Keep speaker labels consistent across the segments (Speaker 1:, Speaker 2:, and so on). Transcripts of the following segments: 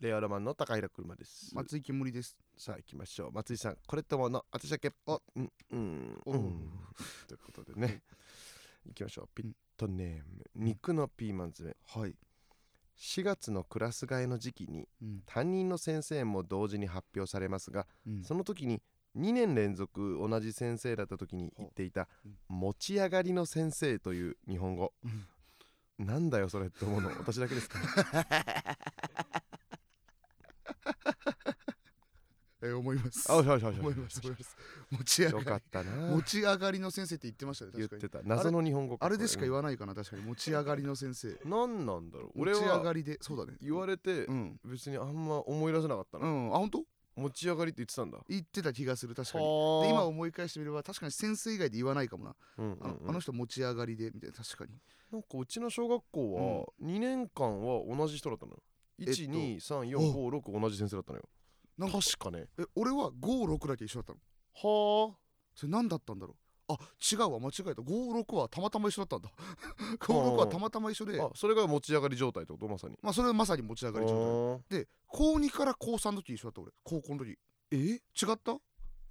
Speaker 1: レオロマンの高平車です、
Speaker 2: 松井煙です
Speaker 1: さあ行きましょう松井さんこれともの私だけおうんうん
Speaker 2: お
Speaker 1: うんということでね行きましょうピットネーム肉のピーマン詰め
Speaker 2: はい、
Speaker 1: 4月のクラス替えの時期に
Speaker 2: うん
Speaker 1: 担任の先生も同時に発表されますが
Speaker 2: うん
Speaker 1: その時に2年連続同じ先生だった時に言っていた
Speaker 2: うん
Speaker 1: 「持ち上がりの先生」という日本語
Speaker 2: うん
Speaker 1: なんだよそれって思うの私だけ ですか
Speaker 2: えー思います
Speaker 1: あよしよしよしよ
Speaker 2: 思い
Speaker 1: し
Speaker 2: ます思います持ち上
Speaker 1: よか
Speaker 2: が
Speaker 1: っ
Speaker 2: り
Speaker 1: たな
Speaker 2: 持ち上がりの先生って言ってましたね
Speaker 1: 言っ
Speaker 2: 確かに
Speaker 1: てた謎の日本語
Speaker 2: あれでしか言
Speaker 1: わ
Speaker 2: わないかな確かに持ち上がりの先生
Speaker 1: 何なんだろう
Speaker 2: 持
Speaker 1: 俺
Speaker 2: ち上
Speaker 1: は
Speaker 2: がりでそうだね
Speaker 1: 言われて
Speaker 2: うん
Speaker 1: 別にあんま思い出せなかった
Speaker 2: う
Speaker 1: なん
Speaker 2: あ本当
Speaker 1: 持ち上がりって言ってたんだ
Speaker 2: 言ってた気がする確かにで今
Speaker 1: は
Speaker 2: 思い返してみれば確かに先生以外で言わないかもな
Speaker 1: あうんうんうん
Speaker 2: あの,、あの人持ち上がりでみたいな確かに
Speaker 1: なんかうちの小学校は2年間は同じ人だったのよ
Speaker 2: っと
Speaker 1: 12345同じ先生だったのよ
Speaker 2: なんか
Speaker 1: 確かね
Speaker 2: え俺は56だけ一緒だったの
Speaker 1: はあ
Speaker 2: それ何だったんだろうあ違うわ間違えた56はたまたま一緒だったんだ56はたまたま一緒で
Speaker 1: あそれが持ち上がり状態ってことまさに
Speaker 2: まあそれはまさに持ち上がり状態で高2から高3の時一緒だった俺高校の時
Speaker 1: あーえ
Speaker 2: 違った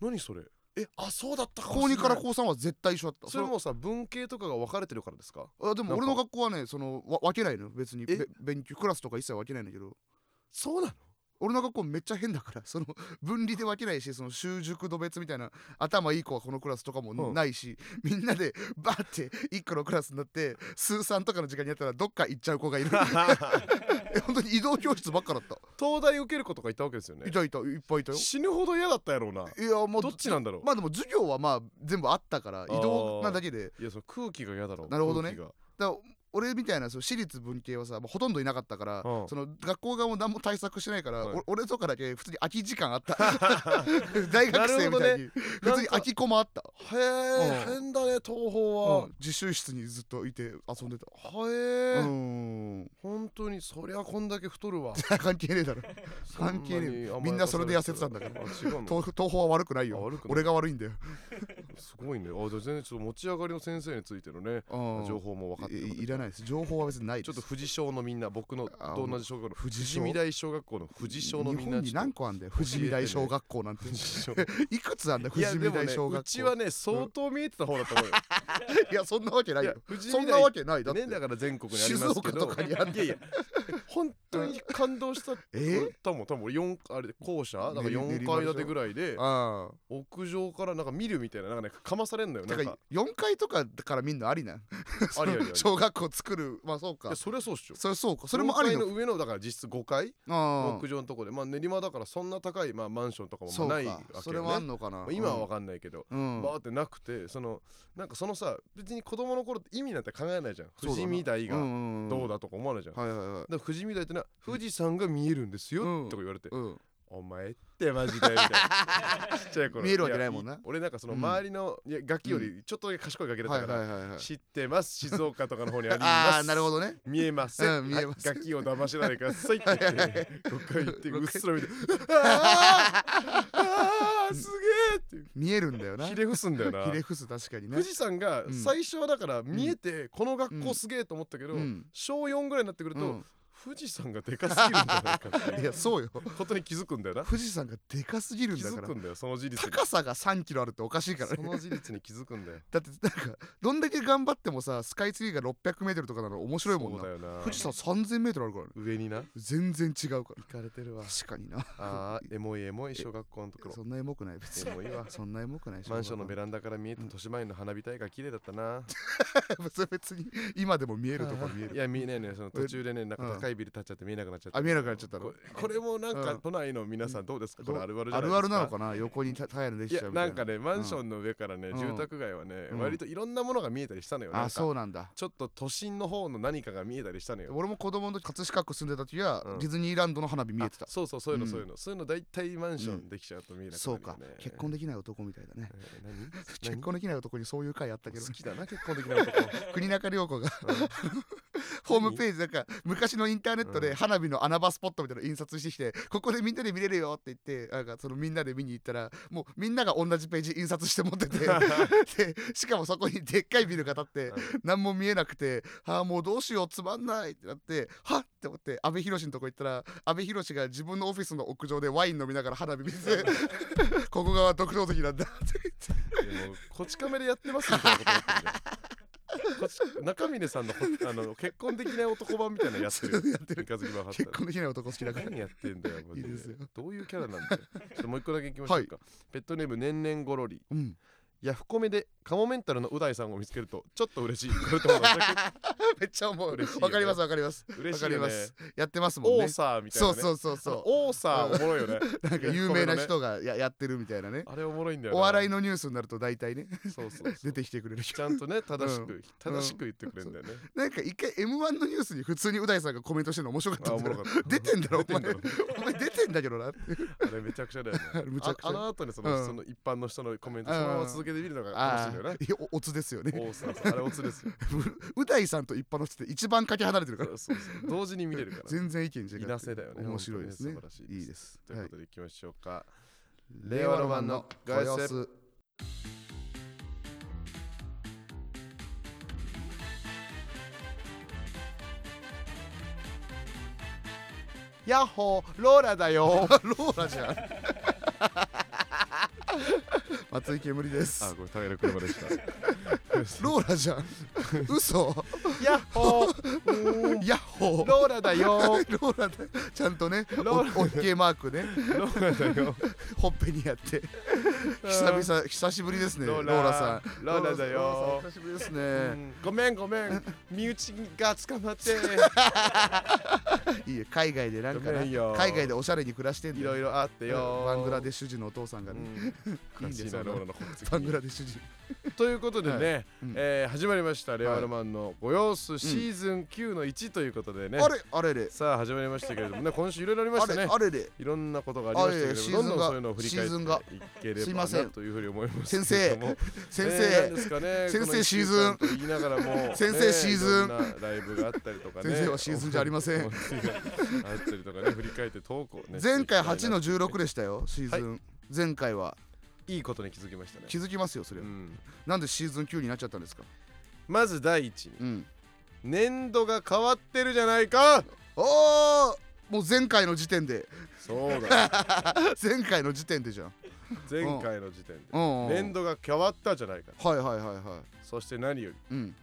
Speaker 1: 何それえあそうだったか
Speaker 2: 高2から
Speaker 1: こ
Speaker 2: 高3は絶対一緒だった
Speaker 1: うそれもうさ文系とかが分かれてるからですか
Speaker 2: あで
Speaker 1: な
Speaker 2: も
Speaker 1: んか
Speaker 2: 俺の学校はねそのわ分けないのよ別に
Speaker 1: え
Speaker 2: べ勉強クラスとか一切分けないんだけど
Speaker 1: そうなの
Speaker 2: 俺の学校めっちゃ変だからその分離で分けないしその習熟度別みたいな頭いい子はこのクラスとか
Speaker 1: う
Speaker 2: も
Speaker 1: ん
Speaker 2: ないし、みんなでバーって一個のクラスになって数三とかの時間にやったらどっか行っちゃう子が いるえ本当に移動教室ばっかだった、
Speaker 1: 東大受ける子とかいたわけですよね
Speaker 2: いたいたいっぱいいたよ
Speaker 1: 死ぬほど嫌だったやろうない
Speaker 2: やもう
Speaker 1: どっちなんだろう
Speaker 2: まあでも授業はまあ全部あったから移動なだけで
Speaker 1: いやその空気が嫌だろう
Speaker 2: なるほどね
Speaker 1: 空気が
Speaker 2: だから俺みたいなその私立文系はさ、まあ、ほとんどいなかったから、
Speaker 1: うん
Speaker 2: その学校側も何も対策してないから、
Speaker 1: はい
Speaker 2: お俺とかだけ普通に空き時間あった 大学生みたいに、普通に空きコマあった、
Speaker 1: へえ
Speaker 2: うん
Speaker 1: 変だね東宝
Speaker 2: う
Speaker 1: は
Speaker 2: ん自習室にずっといて遊んでた
Speaker 1: はえ
Speaker 2: うん
Speaker 1: 本当にそりゃこんだけ太るわ
Speaker 2: 関係ねえ だろ 関係ねえよみんなそれで痩せてたんだから
Speaker 1: ら違うの
Speaker 2: 東東方は悪くない
Speaker 1: あ
Speaker 2: よ
Speaker 1: 悪くない
Speaker 2: 俺が悪いんだよ、
Speaker 1: すごいねあじゃあ全然ちょっと持ち上がりの先生についてのね
Speaker 2: うん
Speaker 1: 情報も分かってる
Speaker 2: いいらないです情報は別にない
Speaker 1: ちょ
Speaker 2: で
Speaker 1: っ
Speaker 2: す
Speaker 1: と富士小のみんな僕の
Speaker 2: あ
Speaker 1: と同じ小学校の
Speaker 2: 富士
Speaker 1: 富士
Speaker 2: 小
Speaker 1: 見大小学校の富士小のみんな
Speaker 2: 日本に
Speaker 1: ちょっ
Speaker 2: 何
Speaker 1: と
Speaker 2: 個あんだよ富士見大小学 校なんて
Speaker 1: 富士小
Speaker 2: いくつあんだよ
Speaker 1: い
Speaker 2: 富
Speaker 1: や
Speaker 2: 士
Speaker 1: で
Speaker 2: 見
Speaker 1: も
Speaker 2: 大
Speaker 1: ね
Speaker 2: 小学校
Speaker 1: うちはね相当見えてた方だと思うよ
Speaker 2: いやそんなわけない
Speaker 1: い
Speaker 2: よ
Speaker 1: や富士
Speaker 2: そ
Speaker 1: 見
Speaker 2: んな
Speaker 1: 大
Speaker 2: わけないだって、
Speaker 1: ねだから全国にありますけど
Speaker 2: 静岡とかにあって
Speaker 1: いや いや本当に感動した
Speaker 2: え
Speaker 1: 多分多分俺四あれ校舎だから
Speaker 2: 練馬
Speaker 1: 4階建てぐらいで
Speaker 2: ああ
Speaker 1: 屋上からなんか見るみたいななんかねかまされんのよな
Speaker 2: だ
Speaker 1: ん
Speaker 2: か
Speaker 1: から
Speaker 2: 4階とかから見んのありなん
Speaker 1: ありありあり
Speaker 2: 小学校作るまあそう
Speaker 1: い
Speaker 2: か
Speaker 1: やそりゃそうっしょ
Speaker 2: それそうかそれもあり
Speaker 1: 四
Speaker 2: の
Speaker 1: 階の上のだから実質5階
Speaker 2: あ
Speaker 1: 屋上のとこでまあ練馬だからそんな高いまあマンションとか
Speaker 2: あ
Speaker 1: も
Speaker 2: そう
Speaker 1: まあない
Speaker 2: か
Speaker 1: わけ
Speaker 2: それもあ
Speaker 1: よ
Speaker 2: ん
Speaker 1: ね
Speaker 2: のかな
Speaker 1: まあ今はわかんないけど
Speaker 2: うん、
Speaker 1: バーってなくてそのなんかそのさ別に子供の頃って意味なんて考えないじゃん
Speaker 2: そうだな
Speaker 1: 富士見台が
Speaker 2: ん
Speaker 1: どう
Speaker 2: だ
Speaker 1: だとか思わないじゃんだか
Speaker 2: はいはいはい
Speaker 1: ら富士見台ってのは富士山が見えるんです
Speaker 2: う
Speaker 1: よ
Speaker 2: ん
Speaker 1: とか言われて
Speaker 2: うん
Speaker 1: お前ってマジでみ たいなちっちゃい頃
Speaker 2: 見えるわけないもんな
Speaker 1: や俺なんかその周りのいやガキよりちょっとだけ賢いガキだっ
Speaker 2: はい
Speaker 1: た
Speaker 2: はい
Speaker 1: か
Speaker 2: はいはい
Speaker 1: ら知ってます静岡とかの 方にあります
Speaker 2: ああなるほどね
Speaker 1: 見えません。
Speaker 2: うん見えません
Speaker 1: はいガキを騙しないでくださいって言って、5回言って、うっすら 見て、あーあーすげえって
Speaker 2: 見えるんだよ
Speaker 1: いう。
Speaker 2: な
Speaker 1: ひ
Speaker 2: ひ
Speaker 1: れ伏すんだよな。
Speaker 2: れ伏す確かにね
Speaker 1: 富士山が
Speaker 2: うん
Speaker 1: 最初はだから見えて、この学校すげえと思ったけど、
Speaker 2: うん
Speaker 1: 小4ぐらいになってくる
Speaker 2: う
Speaker 1: と、
Speaker 2: ん
Speaker 1: 富士山がでかすぎるんじゃないかって
Speaker 2: い
Speaker 1: いう
Speaker 2: やそう よ
Speaker 1: ことに気づくんだよな。
Speaker 2: 富士山がでかすぎるん
Speaker 1: 気
Speaker 2: だ
Speaker 1: づ
Speaker 2: から
Speaker 1: くんだよ、その事実に。
Speaker 2: 高さが3キロあるっておかしいから
Speaker 1: そ
Speaker 2: ね
Speaker 1: の事実に気づくんだよ。
Speaker 2: だって なんかどんだけ頑張ってもさスカイツリーが 600m とかなの面白いも
Speaker 1: そ
Speaker 2: ん
Speaker 1: うだ
Speaker 2: な
Speaker 1: よな。
Speaker 2: 富士山 3000m あるからね
Speaker 1: 上にな。
Speaker 2: 全然違うから
Speaker 1: 行かれてるわ。
Speaker 2: 確かにな
Speaker 1: ああ、エモいエモい小学校のところ。
Speaker 2: そんなエモくない別に
Speaker 1: エモいわ。
Speaker 2: そんなエモくない
Speaker 1: マンションのベ
Speaker 2: ラ
Speaker 1: ランダから見えた豊島園の花火大会綺麗だったな。
Speaker 2: それ別に今でも見えるとこ見え る
Speaker 1: いや見えないのよその途中でねなん
Speaker 2: う
Speaker 1: か
Speaker 2: ん
Speaker 1: 高いビル建っちゃって見えなくなっちゃった。
Speaker 2: あ見えなくなっちゃったの
Speaker 1: これこれもなん
Speaker 2: う
Speaker 1: か
Speaker 2: ん
Speaker 1: 都内の皆さんどうですかこれあるあるじゃ
Speaker 2: あ
Speaker 1: ないですか
Speaker 2: るあるなのかな横にタタイヤのでき
Speaker 1: い
Speaker 2: ちゃ
Speaker 1: や
Speaker 2: うみた
Speaker 1: ないん
Speaker 2: な
Speaker 1: かねマンションの上からね住宅街はね
Speaker 2: うん
Speaker 1: 割といろんなものが見えたりしたのよなん
Speaker 2: あ
Speaker 1: か
Speaker 2: そうなんだ
Speaker 1: ちょっと都心の方の何かが見えたりしたのよ
Speaker 2: 俺も子供の時葛飾区住んでた時は、
Speaker 1: うん
Speaker 2: ディズニーランドの花火見えてた
Speaker 1: あそうそうそういうの
Speaker 2: うん
Speaker 1: そういうのそういうの大体マンショ
Speaker 2: う
Speaker 1: ンできちゃうと見えなくなるよね
Speaker 2: そうか結婚できない男みたいだね
Speaker 1: えー 何
Speaker 2: 結婚できない男にそういう回あったけど
Speaker 1: 好きだな結婚できない男
Speaker 2: 国中涼子がホームページなんか昔のインターネット
Speaker 1: う
Speaker 2: で
Speaker 1: ん
Speaker 2: 花火の穴場スポットみたいなの印刷してきてここでみんなで見れるよって言ってなんかそのみんなで見に行ったらもうみんなが同じページ印刷して持っててでしかもそこにでっかいビルが建って何も見えなくてああもうどうしようつまんないってなってはっって思って阿部寛のとこ行ったら阿部寛が自分のオフィスの屋上でワイン飲みながら花火見て ここが独創的なんだ って言って
Speaker 1: でもこち亀でやってますみたいなことやってんだよこち中峰さんのほあの結婚できない男版みたいなのやってるよ
Speaker 2: やって
Speaker 1: 三
Speaker 2: る
Speaker 1: 日月マンハッタン
Speaker 2: 結婚できない男好きだから
Speaker 1: 何やってんだよマジ
Speaker 2: いいですよ
Speaker 1: どういうキャラなんだよちょっともう一個だけいきましょうか、ペットネーム年々ゴロリ
Speaker 2: うん
Speaker 1: ヤフコメでカモメンタルのう大さんを見つけるとちょっと嬉しいこれとも全
Speaker 2: めっちゃ思う
Speaker 1: 嬉しいよね
Speaker 2: わかりますわかります
Speaker 1: く
Speaker 2: わ
Speaker 1: 嬉しい
Speaker 2: かり
Speaker 1: よ
Speaker 2: ま
Speaker 1: ね
Speaker 2: すやってますもん
Speaker 1: オ
Speaker 2: ね
Speaker 1: ーサーみたいな、
Speaker 2: そ
Speaker 1: ね、
Speaker 2: うそうそう
Speaker 1: あの
Speaker 2: そ
Speaker 1: オーサーおもろいよね
Speaker 2: うなんか有名な人がややってるみたいなね
Speaker 1: あれおもろいんだよ
Speaker 2: お笑い
Speaker 1: の
Speaker 2: のニュースになると大体ね
Speaker 1: そうそうそう
Speaker 2: 出てきてくれる
Speaker 1: ちゃんとね正しく、正しく言ってくれるんだよね、
Speaker 2: なんか一回 M1 のニュースに普通にう大さんがコメントしてるの面白かった
Speaker 1: あ
Speaker 2: ん
Speaker 1: お
Speaker 2: だ
Speaker 1: もろ
Speaker 2: けど
Speaker 1: かった
Speaker 2: 出てんだろお前
Speaker 1: 出てんだ
Speaker 2: お前出てんだけどな
Speaker 1: あれめちゃくちゃだよね
Speaker 2: むちゃくちゃ
Speaker 1: ああの後にその,、
Speaker 2: うん
Speaker 1: その一般の人のコメント
Speaker 2: うん
Speaker 1: そのまま続けてみるのが楽しい
Speaker 2: あ
Speaker 1: んだよ
Speaker 2: あ
Speaker 1: ね
Speaker 2: いやおおつですよね
Speaker 1: オーサーさんあれオツですよ
Speaker 2: う大さんと一般の人って一番かけ離れてる
Speaker 1: そ
Speaker 2: か
Speaker 1: う
Speaker 2: ら
Speaker 1: そうそう同時に見れるから
Speaker 2: 全然意見違
Speaker 1: いうなせだよね
Speaker 2: 面白いですね
Speaker 1: 本当に素晴らしいです
Speaker 2: いいです
Speaker 1: という
Speaker 2: は
Speaker 1: こ
Speaker 2: い
Speaker 1: とでいきましょうか、令和ロマンのご様子ヤッホー ローラだよ
Speaker 2: ローラじゃん 松井けむりです
Speaker 1: あこれ高の車でした
Speaker 2: ローラじゃん嘘
Speaker 1: ヤッホ ー
Speaker 2: ヤッホー
Speaker 1: ローラだよ
Speaker 2: ローラだちゃんとね
Speaker 1: ローラ
Speaker 2: お OK マークね
Speaker 1: ローラだよ
Speaker 2: ほっぺにやって久々久しぶりですねローラさん
Speaker 1: ローラだ
Speaker 2: ロー
Speaker 1: よ
Speaker 2: ラさん久しぶりですね、
Speaker 1: うんごめんごめ ん身内が捕まって
Speaker 2: いいよ海外でなんかな
Speaker 1: ごめんよ
Speaker 2: 海外でおしゃれに暮らしてんだ
Speaker 1: い
Speaker 2: よ
Speaker 1: ろいろあってよ
Speaker 2: バングラデシュ人のお父さんがね、
Speaker 1: うん
Speaker 2: いいんですよ
Speaker 1: おかしなローラの本
Speaker 2: バングラデシュ人
Speaker 1: ということでね、
Speaker 2: うん
Speaker 1: えー始まりました「令和ロマンのご様子」シーズン9の1ということでね、
Speaker 2: あれあれれ
Speaker 1: さあ始まりましたけれどもね今週いろいろありまし
Speaker 2: あ
Speaker 1: た
Speaker 2: れ
Speaker 1: ね
Speaker 2: あれれ
Speaker 1: いろんなことがありましたけれどもどんどん
Speaker 2: あいえいえ
Speaker 1: そういうのを振り
Speaker 2: シーズン
Speaker 1: 返
Speaker 2: が
Speaker 1: っていけれ
Speaker 2: シーズンがすい
Speaker 1: ば
Speaker 2: ませ
Speaker 1: なんというふうに思います
Speaker 2: 先
Speaker 1: けれ
Speaker 2: 生
Speaker 1: どもね
Speaker 2: 先
Speaker 1: なん
Speaker 2: 生、
Speaker 1: ですかね
Speaker 2: 先生
Speaker 1: この一
Speaker 2: シーズン
Speaker 1: 間と言いながらも
Speaker 2: 先生
Speaker 1: ね
Speaker 2: シーズン
Speaker 1: いろんなライブがあったりとかね
Speaker 2: 先生はシーズンじゃありません
Speaker 1: 思いがあったりとかね振り返って投稿ね
Speaker 2: 前回
Speaker 1: していきた
Speaker 2: 8
Speaker 1: いな
Speaker 2: の16でしたよシーズン、前回はい
Speaker 1: いことに気づきましたね
Speaker 2: 気づきますよそれ、
Speaker 1: うん
Speaker 2: なんでシーズン9になっちゃったんですか
Speaker 1: まず第一に
Speaker 2: うん
Speaker 1: 年度が変わってるじゃないか
Speaker 2: おーもう前回の時点で
Speaker 1: そうだよ
Speaker 2: 前回の時点でじゃん
Speaker 1: 前回の時点で
Speaker 2: うんうん
Speaker 1: 年度が変わったじゃないか
Speaker 2: はいはいはいは
Speaker 1: そして何より
Speaker 2: いうん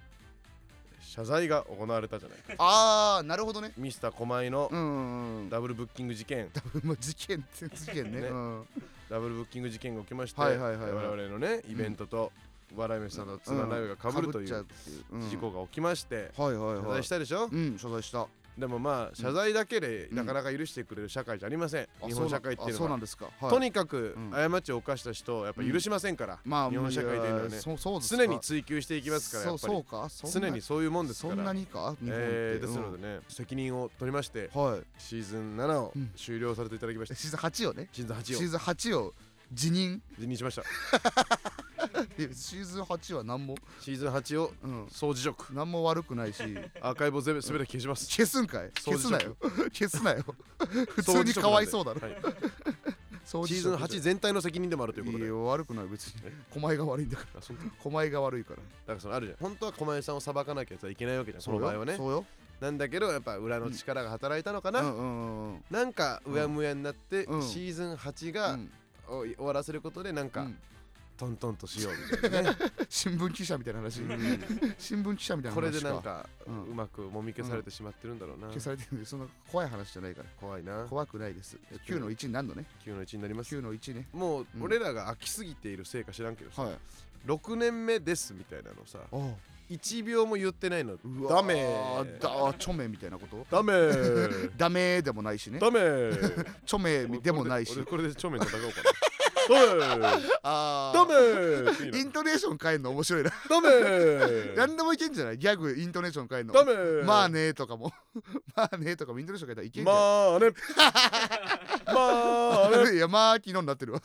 Speaker 1: 謝罪が行われたじゃないか
Speaker 2: ああなるほどね
Speaker 1: ミスター狛江の
Speaker 2: うんうんうん
Speaker 1: ダブルブッキング事件
Speaker 2: まあ事件って事件ね
Speaker 1: ね
Speaker 2: うん、
Speaker 1: ダブルブッキング事件が起きまして
Speaker 2: は
Speaker 1: 我
Speaker 2: いはいはいはい
Speaker 1: 々のねイベントと笑い飯さんのツナライブがかぶるとい
Speaker 2: 被っちゃ
Speaker 1: う
Speaker 2: っていううん
Speaker 1: 事故が起きまして
Speaker 2: はいはい
Speaker 1: 謝
Speaker 2: はい
Speaker 1: 罪したでしょ
Speaker 2: うん謝罪した
Speaker 1: でもまあ謝罪だけで
Speaker 2: うん
Speaker 1: なかなか許してくれる社会じゃありません
Speaker 2: あ
Speaker 1: 日
Speaker 2: そう
Speaker 1: 本
Speaker 2: な
Speaker 1: 社会ってい
Speaker 2: あ
Speaker 1: う
Speaker 2: そう
Speaker 1: の
Speaker 2: な
Speaker 1: は
Speaker 2: んですか、はい、
Speaker 1: とにかく
Speaker 2: うん
Speaker 1: 過ちを犯した人をやっぱ許しませんから
Speaker 2: まあ
Speaker 1: 日本社会というのはね
Speaker 2: そうそうですか
Speaker 1: 常に追求していきますからやっぱ
Speaker 2: そうそうかそ
Speaker 1: り
Speaker 2: んな
Speaker 1: 常にそういうもんです
Speaker 2: そ
Speaker 1: か
Speaker 2: んな
Speaker 1: ら
Speaker 2: にか日本って、
Speaker 1: えーですのでね責任を取りまして
Speaker 2: うんはい
Speaker 1: シーズン7を
Speaker 2: うん
Speaker 1: 終了させていただきました
Speaker 2: シーズン8をね
Speaker 1: シーズン
Speaker 2: シ
Speaker 1: 8を
Speaker 2: ーズン8を辞任
Speaker 1: 辞任しました
Speaker 2: いやシーズン8は何も、
Speaker 1: シーズン8を
Speaker 2: うん、
Speaker 1: 総辞職
Speaker 2: 何も悪くない し
Speaker 1: アーカイブを全部全て消します
Speaker 2: 消すんかい
Speaker 1: 掃
Speaker 2: 消
Speaker 1: 除
Speaker 2: す
Speaker 1: 職
Speaker 2: なよ消す なよ 普通にかわいそうだろ
Speaker 1: はい
Speaker 2: 掃除
Speaker 1: シーズン
Speaker 2: 職
Speaker 1: 8全体の責任でもあるということ
Speaker 2: い
Speaker 1: で
Speaker 2: や悪くない別に狛江が悪いんだか
Speaker 1: あそうだ
Speaker 2: ら狛江が悪いから
Speaker 1: からそのあるじゃん本当は狛江さんを裁かなきゃいけないわけじゃんその場合はね
Speaker 2: そうよ
Speaker 1: なんだけどやっぱ裏の力が働いたのか
Speaker 2: そうよ
Speaker 1: な
Speaker 2: うんうんうん
Speaker 1: なんかうやむやになってシ
Speaker 2: うん
Speaker 1: ーズン8
Speaker 2: う
Speaker 1: が
Speaker 2: ん
Speaker 1: お終わらせることでなん
Speaker 2: う
Speaker 1: か
Speaker 2: ん
Speaker 1: トントンとしよう みたいなね
Speaker 2: 新聞記者みたいな話
Speaker 1: うん
Speaker 2: 新聞記者みたいな
Speaker 1: これ
Speaker 2: 話
Speaker 1: でなんかう
Speaker 2: うん
Speaker 1: まくもみ消されてしまってるんだろうな
Speaker 2: 消されてるんでそんな怖い話じゃないか
Speaker 1: 怖い
Speaker 2: ら
Speaker 1: な
Speaker 2: 怖くないです9の1になるのね
Speaker 1: 9の1になります
Speaker 2: 9の1ね
Speaker 1: もう
Speaker 2: うん
Speaker 1: 俺らが飽きすぎているせいか知らんけどさ
Speaker 2: はい
Speaker 1: 6年目ですみたいなのさ
Speaker 2: ああ
Speaker 1: 1秒も言ってないの
Speaker 2: うわ
Speaker 1: ダメー
Speaker 2: だチョメみたいなこと
Speaker 1: ダメ ー
Speaker 2: ダメでもないしね
Speaker 1: ダメー
Speaker 2: チョメでもないし
Speaker 1: 俺これで俺これで正面戦おう かなダメー
Speaker 2: あ
Speaker 1: ダメーっていいの
Speaker 2: イントネーション変えるの面白いな
Speaker 1: ダメー
Speaker 2: 何でもいけんじゃないギャグイントネーション変えるの
Speaker 1: ダメー
Speaker 2: まあ ね とかもまあねとかもイントネーション変えたらいけんじゃない
Speaker 1: まあねまあれ
Speaker 2: いやマーキノになってるわ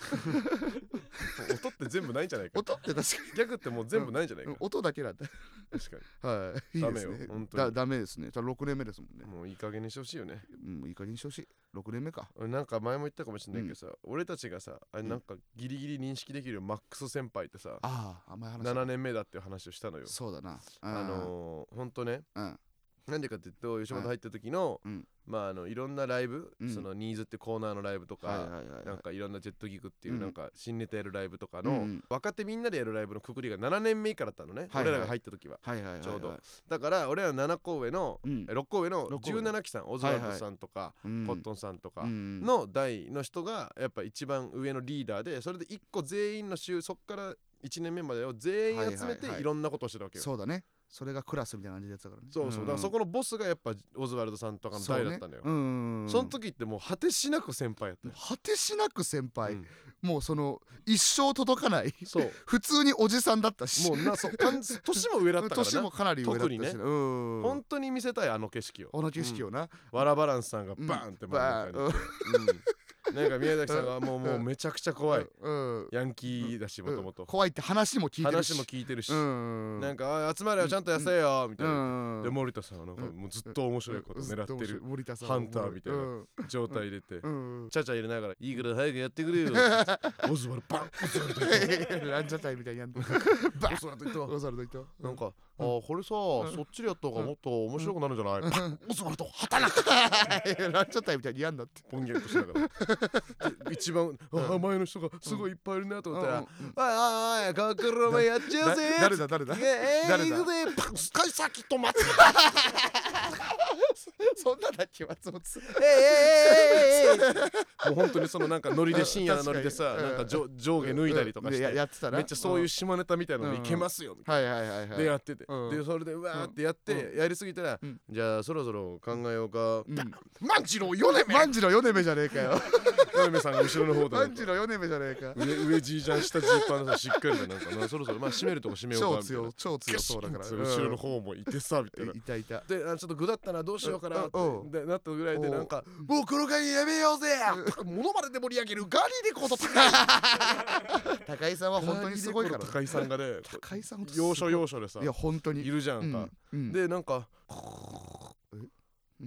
Speaker 1: 音って全部ないんじゃないか
Speaker 2: 音 って確か
Speaker 1: ギャグってもう全部ないんじゃないか
Speaker 2: に音だけなんだ
Speaker 1: 確か
Speaker 2: はいいいです
Speaker 1: ダメ
Speaker 2: ね
Speaker 1: よ本当に
Speaker 2: だダメですねじゃあ6年目ですもんね
Speaker 1: にもういい加減にしてほしいよね
Speaker 2: うんいい加減にしてほしい6年目か
Speaker 1: 俺なんか前も言ったかもしれないけどさ俺たちがさあれ
Speaker 2: うん
Speaker 1: なんかギリギリ認識できるマックス先輩ってさ
Speaker 2: ああ甘い話だ
Speaker 1: 7年目だっていう話をしたのよ
Speaker 2: そうだな
Speaker 1: あ
Speaker 2: あ
Speaker 1: のーほんとね
Speaker 2: うん
Speaker 1: なんでかっていうと吉本入った時の
Speaker 2: うん
Speaker 1: まああのいろんなライブ
Speaker 2: うん
Speaker 1: そのニーズってコーナーのライブと
Speaker 2: はいはい
Speaker 1: か
Speaker 2: はい
Speaker 1: な
Speaker 2: は
Speaker 1: ん
Speaker 2: い
Speaker 1: かいろんなジェットギグっていううんなんか新ネタやるライブとか
Speaker 2: うんう
Speaker 1: の
Speaker 2: ん
Speaker 1: 若手みんなでやるライブのくくりが7年目以下だったのね
Speaker 2: はいはい
Speaker 1: 俺らが入った時は
Speaker 2: はいはいはいはい
Speaker 1: ちょうどだから俺らの7個上の
Speaker 2: うん
Speaker 1: 6個上の
Speaker 2: 六個上
Speaker 1: 17期さんオズワルドさんとか
Speaker 2: うん
Speaker 1: コットンさんとか
Speaker 2: うん
Speaker 1: の代の人がやっぱ一番上のリーダーでそれで1個全員の集そっから1年目までを全員集め
Speaker 2: はいはいは
Speaker 1: て
Speaker 2: い
Speaker 1: いろんなことをしてるわけよ
Speaker 2: そうだねそれがクラスみたいな感じでやつだからね
Speaker 1: そうそうだからそ
Speaker 2: こ
Speaker 1: このボスがやっぱオズワルドさんとかの代だったのよ
Speaker 2: うんうんうん
Speaker 1: その時ってもう果てしなく先輩やったよ
Speaker 2: 果てしなく先輩
Speaker 1: うん
Speaker 2: もうその一生届かない
Speaker 1: そう
Speaker 2: 普通におじさんだったし
Speaker 1: もうなそうかん年も上だったから
Speaker 2: 年
Speaker 1: な
Speaker 2: もかなり上だったし
Speaker 1: 特にね
Speaker 2: うん
Speaker 1: 本当に見せたいあの景色を
Speaker 2: この景色をな
Speaker 1: わらバランスさんがバーンって真ん中に
Speaker 2: バーン
Speaker 1: うんなんか宮崎さんがもうもうめちゃくちゃ怖い
Speaker 2: うんうん
Speaker 1: ヤンキーだしもとも
Speaker 2: うん
Speaker 1: と
Speaker 2: 怖いって話も聞いてるし
Speaker 1: 話も聞いてるし
Speaker 2: うん
Speaker 1: なんかおい集まれよちゃんと痩せよみたいな
Speaker 2: うん
Speaker 1: で森田さんはなんかもうずっと面白いこと狙ってるハンターみたいな状態でて
Speaker 2: うん うん
Speaker 1: ちゃちゃ入れながらいいから早くやってくれ よオズワルドバンオズワルド
Speaker 2: ランジャタイみたいに やんのバ
Speaker 1: オ
Speaker 2: ッ
Speaker 1: ズワルドいったわ
Speaker 2: オザルドいった
Speaker 1: なんか、
Speaker 2: うん
Speaker 1: ああこれさ、
Speaker 2: ん
Speaker 1: そっちでやった方がもっと面白くなるんじゃない、パッオズワルド 働
Speaker 2: ランジャタイみたいにやんだって
Speaker 1: くぼんやりとしながら一番、あ前の人がすごいいっぱいいるなと思ったら、
Speaker 2: うんうんうん
Speaker 1: おいおいおいここからお前やっちゃうぜ
Speaker 2: だ誰だ誰だ
Speaker 1: いやえー、
Speaker 2: 誰だ
Speaker 1: 行くぜパッ使い先止まって
Speaker 2: そんなだっけ松本さん
Speaker 1: ええええええええもう本当にそのなんかノリで深夜のノリでさ、
Speaker 2: 確かに
Speaker 1: なんか上上下脱いだりとかして、
Speaker 2: ややってたら
Speaker 1: めっちゃそういうん下ネタみたいなのでいけますよみたいな
Speaker 2: はいはいはいはい
Speaker 1: でやってて、
Speaker 2: うん
Speaker 1: でそれでうわーってやって、
Speaker 2: う
Speaker 1: やりすぎたら、
Speaker 2: うん
Speaker 1: じゃあそろそろ考えようか、
Speaker 2: うん
Speaker 1: 万次郎米目
Speaker 2: 万次郎米目じゃねえかよ
Speaker 1: 米目さんが後ろの方でなん
Speaker 2: 万
Speaker 1: か
Speaker 2: 次郎米目じゃねえか
Speaker 1: 上上じいじゃん下じいパンさんしっかりとなんかなそろそろまあ締めるとこ締めようか
Speaker 2: 超
Speaker 1: みたいな
Speaker 2: 強超強そうだから
Speaker 1: ガシンと後ろの
Speaker 2: う
Speaker 1: 方もいてさみたいなん
Speaker 2: いたいた
Speaker 1: であちょっと具だったなどうしようかなって
Speaker 2: うんうん
Speaker 1: でなったぐらいで
Speaker 2: おう
Speaker 1: なんか「もうこの回やめようぜ!」 ものまねで盛り上げるガリレコード
Speaker 2: 高井さんは本当にすごいから
Speaker 1: 高井さんがね
Speaker 2: 高井さん本当すごい
Speaker 1: 要所要所でさ
Speaker 2: いや本当に
Speaker 1: いるじゃ
Speaker 2: うん
Speaker 1: か
Speaker 2: ん、うん
Speaker 1: でなんか
Speaker 2: う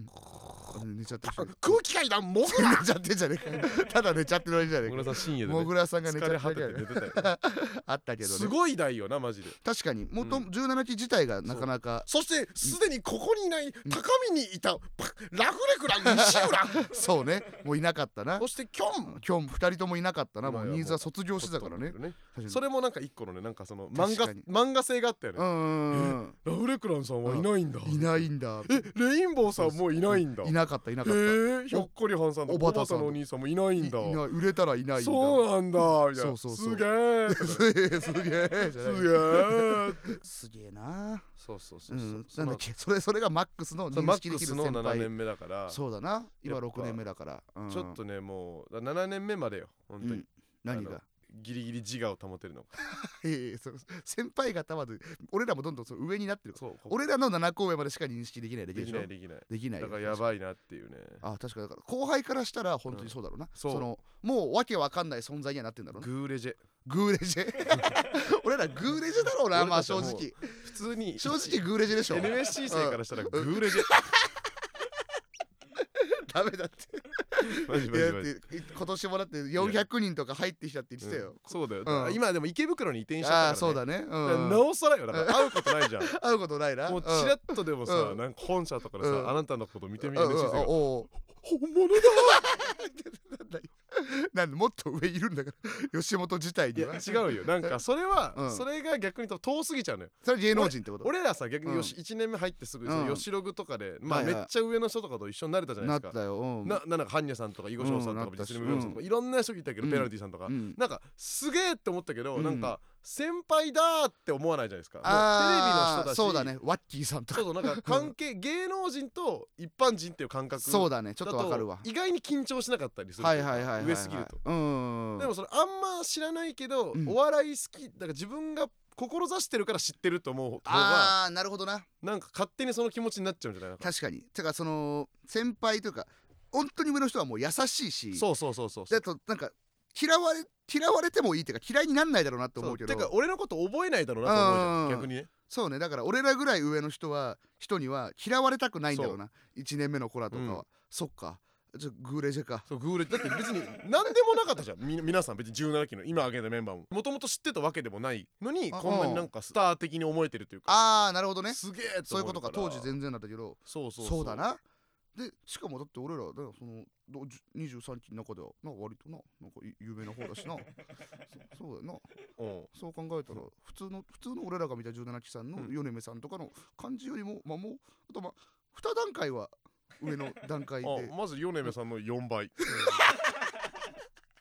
Speaker 2: ん寝ちゃってる人
Speaker 1: 「空気階段もぐ
Speaker 2: 寝ちゃってんじゃね えかただ寝ちゃってるわけじゃね
Speaker 1: 小
Speaker 2: え
Speaker 1: 倉
Speaker 2: か
Speaker 1: さん深夜で、ね
Speaker 2: も、ぐらさんが寝ちゃっ
Speaker 1: 疲
Speaker 2: て
Speaker 1: れ果
Speaker 2: るわ
Speaker 1: て
Speaker 2: け
Speaker 1: て
Speaker 2: だ
Speaker 1: 寝
Speaker 2: よね
Speaker 1: てたよ
Speaker 2: あったけど
Speaker 1: す
Speaker 2: ね
Speaker 1: ごい代よなマジで
Speaker 2: 確かにもと
Speaker 1: うん
Speaker 2: 17期自体がなかなか
Speaker 1: そしてすでにここにいない高見にいたパラフレクラン 西浦
Speaker 2: そうねもういなかったな
Speaker 1: そしてキョン
Speaker 2: 今日も2人ともいなかったなもう
Speaker 1: 今や
Speaker 2: ニーズは卒業してたからね確かに
Speaker 1: それもなんか一個のねなんかその漫画
Speaker 2: 確か
Speaker 1: 漫画性があったよね、
Speaker 2: うんうん
Speaker 1: ラフレクランさんはいないんだ
Speaker 2: うんいないんだ
Speaker 1: えレインボーさんもういないんだ
Speaker 2: いなかったいな
Speaker 1: え
Speaker 2: かった
Speaker 1: ー、ひょっこりはんさんと
Speaker 2: お
Speaker 1: お
Speaker 2: ば
Speaker 1: ば
Speaker 2: た
Speaker 1: たさ
Speaker 2: さん
Speaker 1: んのお兄さんもいないんだ
Speaker 2: いいない売れたらいないんだ
Speaker 1: そうなんだみたい
Speaker 2: そ
Speaker 1: な
Speaker 2: うそうそ
Speaker 1: す
Speaker 2: う
Speaker 1: げえ す
Speaker 2: すげえすげえじゃない
Speaker 1: げえ
Speaker 2: すげえな
Speaker 1: そうそうそううそうん
Speaker 2: なんだっけそれそれがマックスの
Speaker 1: そのマッ
Speaker 2: 認識で
Speaker 1: ク
Speaker 2: き
Speaker 1: ス
Speaker 2: る
Speaker 1: の
Speaker 2: 先
Speaker 1: 7
Speaker 2: 輩
Speaker 1: 年目だから
Speaker 2: そうだな今
Speaker 1: やっぱ
Speaker 2: 6年目だからうん
Speaker 1: ちょっとねもうだ7年目までよ本当に、
Speaker 2: うん何が
Speaker 1: ギリギリ自我を保てるのが
Speaker 2: いやいやそう先輩方は俺らもどんどんその上になってるから
Speaker 1: そうここ
Speaker 2: 俺らの7校上までしか認識できないだけ
Speaker 1: で
Speaker 2: で
Speaker 1: き
Speaker 2: しょ
Speaker 1: ないできない
Speaker 2: できない
Speaker 1: だ
Speaker 2: よ
Speaker 1: からやばいなっていうね
Speaker 2: あ確かだから後輩からしたら本当にそうだろうな、
Speaker 1: そう
Speaker 2: そのもうわけわかんない存在にはなってんだろうな
Speaker 1: グーレジェ
Speaker 2: グーレ ジェ俺らグーレジェだろうなまあ正
Speaker 1: 俺たち
Speaker 2: 直
Speaker 1: 普通に
Speaker 2: 正直グーレジェでしょ
Speaker 1: NSC 生からしたらグーレジェ
Speaker 2: ダメだって
Speaker 1: マジマ
Speaker 2: いや
Speaker 1: ジ
Speaker 2: だ
Speaker 1: マ
Speaker 2: っ
Speaker 1: ジ
Speaker 2: てい今年もだって400人とか入ってきたって言ってたよ、
Speaker 1: そうだよ、
Speaker 2: うん
Speaker 1: 今でも池袋に移転しちゃったから、
Speaker 2: あ
Speaker 1: ね、
Speaker 2: あそうだねう
Speaker 1: だから
Speaker 2: ん
Speaker 1: なおさらよだから会うことないじゃん
Speaker 2: 会うことないな
Speaker 1: もうち
Speaker 2: うん
Speaker 1: らっとでもさ、
Speaker 2: うん
Speaker 1: なんか本社とかでさ、
Speaker 2: うん
Speaker 1: あなたのこと見てみ
Speaker 2: うんうん
Speaker 1: NSC 生
Speaker 2: うん
Speaker 1: が
Speaker 2: おう
Speaker 1: 本物だ
Speaker 2: なんだよなんでもっと上いるんだから 吉本自体
Speaker 1: い
Speaker 2: に
Speaker 1: や
Speaker 2: は
Speaker 1: 違うよなんかそれは、
Speaker 2: うん
Speaker 1: それが逆にと遠すぎちゃうのよ
Speaker 2: それ芸能人ってこと
Speaker 1: 俺らさ逆によし
Speaker 2: う
Speaker 1: 1年目入ってすぐ、
Speaker 2: うん
Speaker 1: 吉ログとかで、まあ
Speaker 2: はいはい
Speaker 1: めっちゃ上の人とかと一緒になれたじゃな
Speaker 2: ないっ
Speaker 1: ですか。
Speaker 2: たよ、うん、
Speaker 1: なななんか般若さんとか囲碁将さん
Speaker 2: うんな
Speaker 1: と
Speaker 2: っ
Speaker 1: か
Speaker 2: たし
Speaker 1: 別にムーさんとか
Speaker 2: う
Speaker 1: いろんな人いたけど、
Speaker 2: うん
Speaker 1: ペナルティさんとか、
Speaker 2: うん
Speaker 1: なんかすげえって思ったけど、
Speaker 2: うん
Speaker 1: なんか先輩だーって思わないじゃないですかもうテレビの人
Speaker 2: あ
Speaker 1: だ
Speaker 2: ー
Speaker 1: し
Speaker 2: そうだねワッキーさんとか
Speaker 1: そうそうなんか関係芸能人と一般人っていう感覚
Speaker 2: そう
Speaker 1: だ
Speaker 2: だねちょっとわかるわ
Speaker 1: 意外に緊張しなかったりする
Speaker 2: はいはいはいはいはい
Speaker 1: 上すぎると、
Speaker 2: うんうんうん
Speaker 1: でもそれあんま知らないけど、
Speaker 2: うん
Speaker 1: お笑い好きだから自分が志してるから知ってると思う方が
Speaker 2: ああなるほどな
Speaker 1: なんか勝手にその気持ちになっちゃうんじゃないのか
Speaker 2: 確かにてかその先輩というか本当に上の人はもう優しいし
Speaker 1: そうそうそうそう
Speaker 2: だとなんか嫌われ嫌われてもいいっていうか嫌いになんないだろうなって思うけど
Speaker 1: てか俺のこと覚えないだろうなと思うじゃ
Speaker 2: うん
Speaker 1: ん逆にね
Speaker 2: そうねだから俺らぐらい上の人は人には嫌われたくないんだろうな1年目の子らとかは、
Speaker 1: うん
Speaker 2: そっかちょグーレジェか
Speaker 1: そうグーレだって別に何でもなかったじゃんみ皆さん別に17期の今挙げたメンバーももともと知ってたわけでもないのに
Speaker 2: あ
Speaker 1: こんなになんかスター的に思えてるというか
Speaker 2: あーなるほどね
Speaker 1: すげえ
Speaker 2: そういうことか
Speaker 1: と
Speaker 2: 当
Speaker 1: 思
Speaker 2: 時
Speaker 1: るら
Speaker 2: 全然だったけど
Speaker 1: そうそ
Speaker 2: そううだなでしかもだって俺らだからそのどじ23期の中ではな割とななんかい有名な方だ しなそそうだよな
Speaker 1: うん
Speaker 2: そう考えたら普通の普通の俺らが見た17期さんの
Speaker 1: うん
Speaker 2: 米目さんとかの感じよりもまあもうあとまあ2段階は上の段 階で
Speaker 1: あまず米目さんの4倍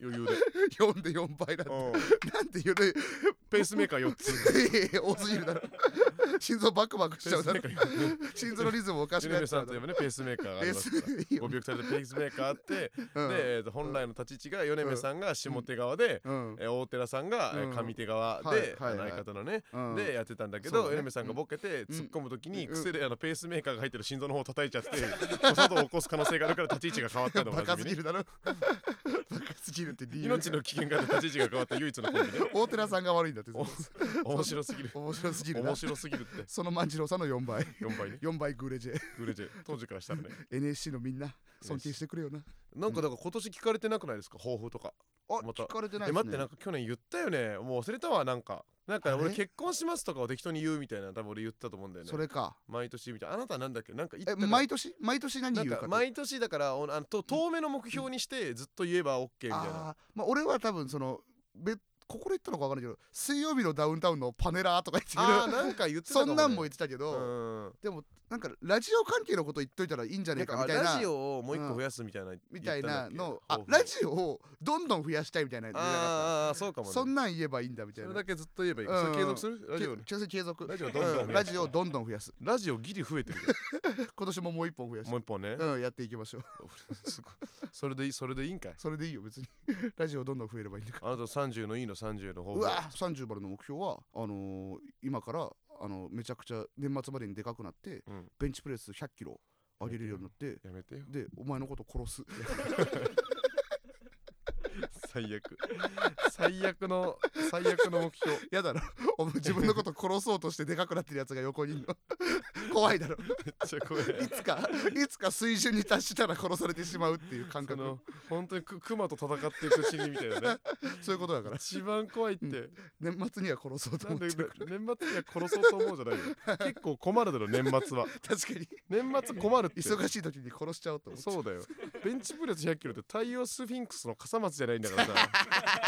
Speaker 1: 余裕で、
Speaker 2: 4で4倍だって
Speaker 1: うん、
Speaker 2: なんて言うの
Speaker 1: ペースメーカー4つ
Speaker 2: いやい や多すぎるだろ心臓バクバクし
Speaker 1: ペ
Speaker 2: ちゃ
Speaker 1: ー
Speaker 2: う
Speaker 1: ス
Speaker 2: だ
Speaker 1: メ
Speaker 2: ろ
Speaker 1: ーカー4つ
Speaker 2: 心臓のリズムおかしく
Speaker 1: 米
Speaker 2: なっ
Speaker 1: 目
Speaker 2: ちゃ
Speaker 1: さ
Speaker 2: うん
Speaker 1: とい
Speaker 2: だ
Speaker 1: え
Speaker 2: ろ
Speaker 1: ばねペースメーカーがあ
Speaker 2: ペ
Speaker 1: り
Speaker 2: ー
Speaker 1: ます
Speaker 2: ス
Speaker 1: から
Speaker 2: い
Speaker 1: ご
Speaker 2: いよ
Speaker 1: 病気されたペースメーカーあって、
Speaker 2: うん
Speaker 1: で、えーと本来の立ち位置が米目さんが下手側で、
Speaker 2: うん
Speaker 1: えー大寺さんがえー
Speaker 2: うん
Speaker 1: 上手側
Speaker 2: はい
Speaker 1: で、
Speaker 2: はいは
Speaker 1: あ
Speaker 2: い
Speaker 1: の相方のね、
Speaker 2: うん
Speaker 1: でやってたんだけ
Speaker 2: そ
Speaker 1: ど、
Speaker 2: うだね
Speaker 1: 米目さんがボケて
Speaker 2: うん
Speaker 1: 突っ込むときに
Speaker 2: うん
Speaker 1: 癖であのペースメーカーが入ってる心臓の方を叩いちゃって誤作動を起こす可能性があるから立ち位置が変わったの
Speaker 2: バ
Speaker 1: が
Speaker 2: カすぎるだろバカすぎるって理由
Speaker 1: 命の危険があって立ち位置が変わった唯一のコンビね
Speaker 2: 大寺さんが悪いんだって
Speaker 1: お面白すぎる
Speaker 2: 面白すぎるな
Speaker 1: 面白すぎるって
Speaker 2: その万次郎さんの4倍
Speaker 1: 4倍ね
Speaker 2: 4倍グレジェ
Speaker 1: グレジェ当時からしたらね
Speaker 2: NSC のみんな尊敬してくれよな
Speaker 1: なんかだから今年聞かれてなくないですか抱負とか
Speaker 2: あ
Speaker 1: また
Speaker 2: 聞かれてない
Speaker 1: え
Speaker 2: ですね
Speaker 1: 待ってなんか去年言ったよねもう忘れたわなんかなんか
Speaker 2: あ
Speaker 1: 俺
Speaker 2: れ
Speaker 1: 結婚しますとかを適当に言うみたいな多分俺言ったと思うんだよね
Speaker 2: それか
Speaker 1: 毎年みたいなあなたなんだっけなんか言った
Speaker 2: え
Speaker 1: から
Speaker 2: 毎年毎年何
Speaker 1: な
Speaker 2: 言
Speaker 1: ん
Speaker 2: うかっ
Speaker 1: か
Speaker 2: て
Speaker 1: 毎年だからおあのと遠目の目標にしてずっと言えば OK みたいな
Speaker 2: あーまあ俺は多分そのべここで言ったのか分からないけど水曜日のダウンタウンのパネラーとか言ってく
Speaker 1: あー
Speaker 2: る
Speaker 1: なんか言ってた
Speaker 2: そ
Speaker 1: か
Speaker 2: ん
Speaker 1: ね
Speaker 2: なんも言ってたけ
Speaker 1: う
Speaker 2: ど、
Speaker 1: ん
Speaker 2: でもなんかラジオ関係のこと言っといたらいいんじゃ
Speaker 1: な
Speaker 2: ねえ
Speaker 1: ん
Speaker 2: か
Speaker 1: か
Speaker 2: みたいな
Speaker 1: ラジオをもう一個増やすみたいな
Speaker 2: みたいなのあ
Speaker 1: 抱負
Speaker 2: ラジオをどんどん増やしたいみたいな
Speaker 1: あーあーそうかもね
Speaker 2: そんなん言えばいいんだみ
Speaker 1: そ
Speaker 2: たい
Speaker 1: れ
Speaker 2: な
Speaker 1: だけずっと言えばいいか
Speaker 2: う
Speaker 1: そ
Speaker 2: ん
Speaker 1: れ継続するラジオ
Speaker 2: けちょ継続
Speaker 1: ラジオどんどん増やす
Speaker 2: うラジオどんどん増やす
Speaker 1: ラジオギリ増えてるよ
Speaker 2: 今年ももう一本増やし て
Speaker 1: もう一本ね
Speaker 2: うんやっていきましょう
Speaker 1: すごい それでいいそれでいいんかい
Speaker 2: それでいいよ別に ラジオどんどん増えればいいんだから
Speaker 1: あなた30のいいの30の方
Speaker 2: うわ30までの目標はあのー今からあのめちゃくちゃ年末までにでかくなって
Speaker 1: うん
Speaker 2: ベンチプレス1 0 0キロ上げれるようになって
Speaker 1: やめてよ
Speaker 2: でお前のこと殺す
Speaker 1: 最悪最悪の最悪の目標
Speaker 2: やだろ お前自分のこと殺そうとしてでかくなってるやつが横にいるの 怖 いだろ
Speaker 1: めっちゃ怖い
Speaker 2: いつかいつか水準に達したら殺されてしまうっていう感
Speaker 1: そ
Speaker 2: 覚
Speaker 1: の本当にククマと戦っていく死にみたいな ね
Speaker 2: そういうことだから
Speaker 1: 一番怖いって、
Speaker 2: う年末には殺そうと
Speaker 1: な
Speaker 2: 思
Speaker 1: ん
Speaker 2: っ
Speaker 1: で
Speaker 2: て
Speaker 1: 年
Speaker 2: る
Speaker 1: 末には殺そうと思うじゃないよ結構困るだろ年末は
Speaker 2: 確 かに
Speaker 1: 年末困るって
Speaker 2: 忙しい時に殺しちゃおうと思って
Speaker 1: そうだよベンチプレス100キロって太陽スフィンクスの笠松じゃないんだ からさ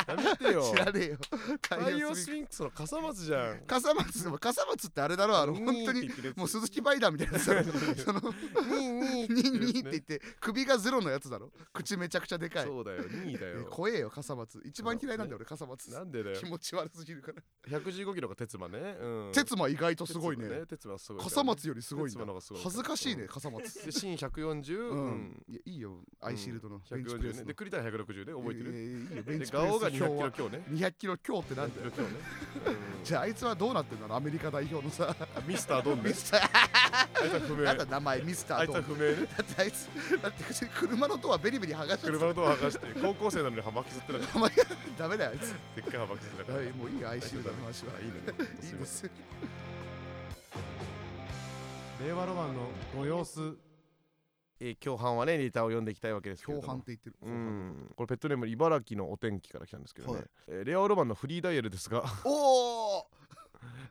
Speaker 1: やめてよ
Speaker 2: 知らねえよ
Speaker 1: 太
Speaker 2: 太陽
Speaker 1: 陽
Speaker 2: ス
Speaker 1: ス
Speaker 2: ピ
Speaker 1: フィンクスの笠松じゃん
Speaker 2: 笠松でも笠松ってあれだろあの
Speaker 1: ニー
Speaker 2: 本
Speaker 1: って
Speaker 2: 当に
Speaker 1: 言ってるやつ
Speaker 2: もう鈴木バイダーみたいなさその
Speaker 1: ニーニー
Speaker 2: ニンニ
Speaker 1: 言
Speaker 2: ン
Speaker 1: るや
Speaker 2: って
Speaker 1: つね
Speaker 2: 言って首がゼロのやつだろ口めちゃくちゃでかい
Speaker 1: そうだよ2位だ
Speaker 2: え
Speaker 1: よ
Speaker 2: 怖えよ笠松一番嫌いなんだよ俺笠松
Speaker 1: なんでだよ
Speaker 2: 気持ち悪すぎるから
Speaker 1: 115キロが鉄馬ねうん
Speaker 2: 哲馬意外とすごい
Speaker 1: 鉄馬
Speaker 2: ね
Speaker 1: 鉄馬すごいからね
Speaker 2: 笠松よりすごいん
Speaker 1: 鉄
Speaker 2: だ
Speaker 1: 馬の方がすごいら
Speaker 2: 恥ずかしいね笠松
Speaker 1: でシーン140、
Speaker 2: う
Speaker 1: うんん、
Speaker 2: いやいいよアイシールドのベンチプレ
Speaker 1: 140
Speaker 2: ス
Speaker 1: ね
Speaker 2: の
Speaker 1: で栗田は160ね覚えてる、
Speaker 2: いやいやいやいいよベン
Speaker 1: で
Speaker 2: チプレ
Speaker 1: ガオが
Speaker 2: ス
Speaker 1: 200
Speaker 2: の
Speaker 1: キ
Speaker 2: 表
Speaker 1: ロ
Speaker 2: は
Speaker 1: 強ね
Speaker 2: 200キロ強ってなんだよ
Speaker 1: 200キロ強ね、うん
Speaker 2: じゃああいつはどうなってんだろうアメリカ代表のさ
Speaker 1: ミスタードンね
Speaker 2: ミスター
Speaker 1: あいつは不明
Speaker 2: あんた名前ミスタ
Speaker 1: あ
Speaker 2: ー
Speaker 1: い
Speaker 2: ド
Speaker 1: つは
Speaker 2: ーン
Speaker 1: 不明ね
Speaker 2: だってあいつだって車のドアベリベリ剥がしちゃって
Speaker 1: 車のドア剥がして高校生なのにはまきずってなかっ
Speaker 2: たまにダメだよあいつ
Speaker 1: たでっかいはまきずってなかっ
Speaker 2: は
Speaker 1: た
Speaker 2: いもういいよアイシールドの話は
Speaker 1: あいいね
Speaker 2: いい
Speaker 1: すい
Speaker 2: で
Speaker 1: ませ
Speaker 2: す
Speaker 1: ん令和ロマンのご様子えー、共犯はねレターを読んでいきたいわけですけれ
Speaker 2: 共
Speaker 1: ども
Speaker 2: 犯って言ってる
Speaker 1: うんこれペットネーム茨城のお天気から来たんですけどね、
Speaker 2: はい
Speaker 1: えー令和ロマンのフリーダイヤルですが
Speaker 2: おお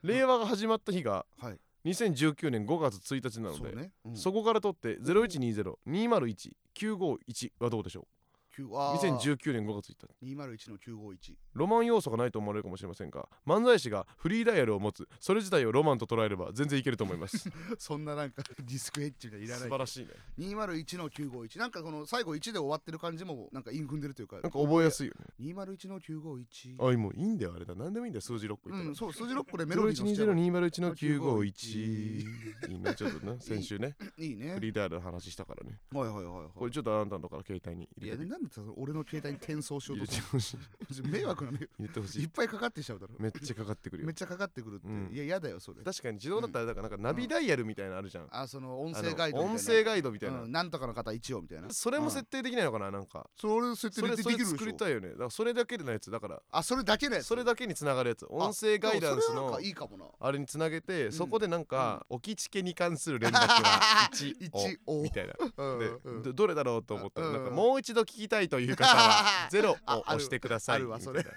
Speaker 1: 令和が始まった日が
Speaker 2: はい
Speaker 1: 2019年5月1日なの
Speaker 2: そ
Speaker 1: で
Speaker 2: うねうん
Speaker 1: そこから取って0120-201-951はどうでしょ
Speaker 2: 九
Speaker 1: う
Speaker 2: あー
Speaker 1: 2019年5月1日
Speaker 2: 201の951
Speaker 1: ロマン要素がないと思われるかもしれませんが漫才師がフリーダイヤルを持つそれ自体をロマンと捉えれば全然いけると思います素
Speaker 2: そんななんかディスクヘッ ジみたいないらない
Speaker 1: 晴らしいね
Speaker 2: 201の951なんかこの最後1で終わってる感じもなんかイン踏んでるというか
Speaker 1: なんか覚えやすいよね
Speaker 2: 201の951
Speaker 1: あもういいんだよあれだ何でもいいんだよ数字6個いった
Speaker 2: う
Speaker 1: ら
Speaker 2: ん、そう、数字ロックでメロディーのしちゃう
Speaker 1: 0120-201の951いいねちょっとね先週ね
Speaker 2: いいね。は
Speaker 1: フ
Speaker 2: い
Speaker 1: リーダイヤルの話したからね
Speaker 2: はいはいは
Speaker 1: これちょっとあなたのから携帯に
Speaker 2: い。い
Speaker 1: 入
Speaker 2: や、
Speaker 1: れ
Speaker 2: で
Speaker 1: て
Speaker 2: なんでさ俺の携帯に転送しよ
Speaker 1: 入
Speaker 2: う
Speaker 1: れ
Speaker 2: とす
Speaker 1: てほしい
Speaker 2: る迷惑力なのよ
Speaker 1: 言ってほし
Speaker 2: いっ
Speaker 1: い
Speaker 2: ぱいかかってきちゃうだろ
Speaker 1: めっちゃかかってくるよ
Speaker 2: めっちゃかかってくるって、
Speaker 1: うん
Speaker 2: いや嫌だよそれ
Speaker 1: 確かに自動だったらだからなんかナビダイヤルみたいなのあるじゃん
Speaker 2: あその音
Speaker 1: あ
Speaker 2: 声
Speaker 1: の
Speaker 2: ガイドみたいな
Speaker 1: 音声ガイドみたいな
Speaker 2: うん、なんとかの方一応みたいな
Speaker 1: それも設
Speaker 2: うん
Speaker 1: 定できないのかななんか
Speaker 2: それ設
Speaker 1: そ
Speaker 2: 定
Speaker 1: れ
Speaker 2: で
Speaker 1: そ
Speaker 2: き
Speaker 1: れ
Speaker 2: るでしょ
Speaker 1: 作りたいよねだからそれだけでのやつだから
Speaker 2: あそれだけね
Speaker 1: それだけにつながるやつ音声ガイダンス
Speaker 2: それなん
Speaker 1: の
Speaker 2: かいいかもな
Speaker 1: あれにつなげてそこでなんか置きチケに関する連絡は1
Speaker 2: 一
Speaker 1: を
Speaker 2: を
Speaker 1: みたいな
Speaker 2: うん
Speaker 1: で
Speaker 2: うん
Speaker 1: どどれだろうと思ったら
Speaker 2: うん
Speaker 1: なんかもう一度聞きたいという方 はゼロを
Speaker 2: ああ
Speaker 1: 押
Speaker 2: る
Speaker 1: してください
Speaker 2: あるわ
Speaker 1: みたい
Speaker 2: それ
Speaker 1: な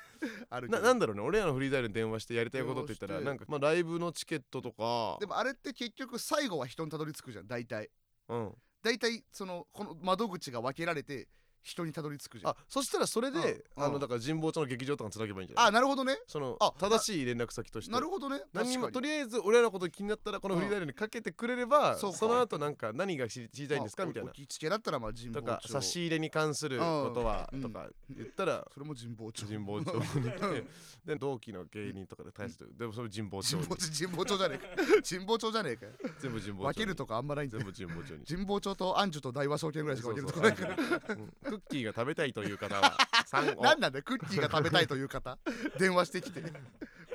Speaker 2: あるけ
Speaker 1: な
Speaker 2: ど
Speaker 1: なんだろうね俺らのフリーダイヤルに電話してやりたいことって言った
Speaker 2: ど
Speaker 1: ら
Speaker 2: うして
Speaker 1: なんかまあライブのチケットとか
Speaker 2: でもあれって結局最後は人にたどり着くじゃん大体
Speaker 1: うん
Speaker 2: 大体そのこの窓口が分けられて人にたどり着くじゃん
Speaker 1: あそしたらそれで
Speaker 2: うん
Speaker 1: あ
Speaker 2: う
Speaker 1: の
Speaker 2: ん
Speaker 1: だから神保町の劇場とかにつなげばいいんじゃない
Speaker 2: あなるほどね
Speaker 1: その
Speaker 2: あ
Speaker 1: 正しい連絡先として
Speaker 2: なるほどね
Speaker 1: 何にも
Speaker 2: 確か
Speaker 1: と
Speaker 2: に
Speaker 1: りあえず俺らのこと気になったらこのフリーダイヤルにかけてくれれば
Speaker 2: そう
Speaker 1: そ
Speaker 2: か
Speaker 1: の後なんか何が知り知りたいんですか
Speaker 2: まあ
Speaker 1: みたいな
Speaker 2: お気付けだったらまあ神
Speaker 1: と
Speaker 2: 保町
Speaker 1: か差し入れに関することは
Speaker 2: うん
Speaker 1: とか言ったら
Speaker 2: それも神保町
Speaker 1: 神保町に行ってで同期の芸人とかで対してでもそれ神保町に
Speaker 2: 神保町神保町じゃねえ か神保町じゃねえかよ
Speaker 1: 全部神保町に
Speaker 2: 分けるとかあんまないんだ
Speaker 1: 全部
Speaker 2: よ
Speaker 1: 神保町に
Speaker 2: 神保町と安住と大和証券ぐらいしか分けるとこないか ら
Speaker 1: そうそううんクッキーが食べたいという方は3を
Speaker 2: なんなんだよクッキーが食べたいとい う方電話してきて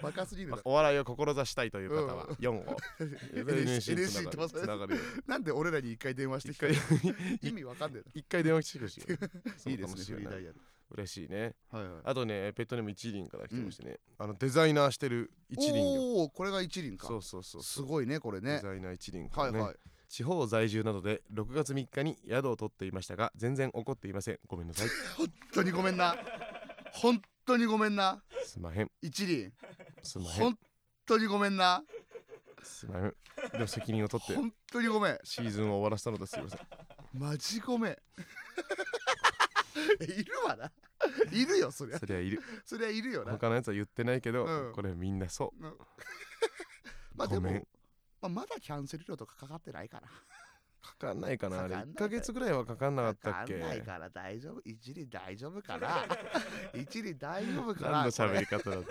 Speaker 2: バカすぎるだろ
Speaker 1: お笑いを志したいという方は
Speaker 2: うん
Speaker 1: 4を
Speaker 2: NSC
Speaker 1: につながる
Speaker 2: NSC
Speaker 1: つながるよ
Speaker 2: なんで俺らに一回電話 して
Speaker 1: 一
Speaker 2: きて
Speaker 1: 回
Speaker 2: 意味わかんね
Speaker 1: 一回電話してほしいよ
Speaker 2: え
Speaker 1: そ
Speaker 2: ないういで
Speaker 1: か
Speaker 2: す
Speaker 1: も
Speaker 2: ね
Speaker 1: し
Speaker 2: フ
Speaker 1: れ
Speaker 2: リー
Speaker 1: な
Speaker 2: ダイ
Speaker 1: い
Speaker 2: ヤル
Speaker 1: 嬉しいね
Speaker 2: はいはい
Speaker 1: あとねペットネーム一輪から来てましてね、あのデザイナーしてる一輪よ
Speaker 2: おおこれが一輪か
Speaker 1: そうそうそう
Speaker 2: す
Speaker 1: そう
Speaker 2: ごいねこれ
Speaker 1: デ
Speaker 2: ね
Speaker 1: ザイナー一輪か
Speaker 2: は
Speaker 1: ら
Speaker 2: い
Speaker 1: ね、
Speaker 2: はい
Speaker 1: 地方在住などで6月3日に宿を取っていましたが全然怒っていませんごめんなさい
Speaker 2: 本当にごめんな本当にごめんな
Speaker 1: すまへん
Speaker 2: 一輪
Speaker 1: すまへん
Speaker 2: 本当にごめんな
Speaker 1: すまへんでも責任を取って
Speaker 2: 本当にごめん
Speaker 1: シーズンを終わらせたのですすいません
Speaker 2: マジ ごめんいるわないるよそりゃ
Speaker 1: そりゃいる
Speaker 2: そりゃいるよな
Speaker 1: 他のやつは言ってないけど、
Speaker 2: うん
Speaker 1: これみんなそう
Speaker 2: まあで
Speaker 1: ご
Speaker 2: も
Speaker 1: めん
Speaker 2: まあ、まだキャンセル料とかかかってないから
Speaker 1: かかんないかなあれ
Speaker 2: かかんない
Speaker 1: 1ヶ月ぐらいはかかんなかったっけ
Speaker 2: かか んないから大丈夫一輪大丈夫かな一輪大丈夫かな
Speaker 1: 何の喋
Speaker 2: り
Speaker 1: り方だって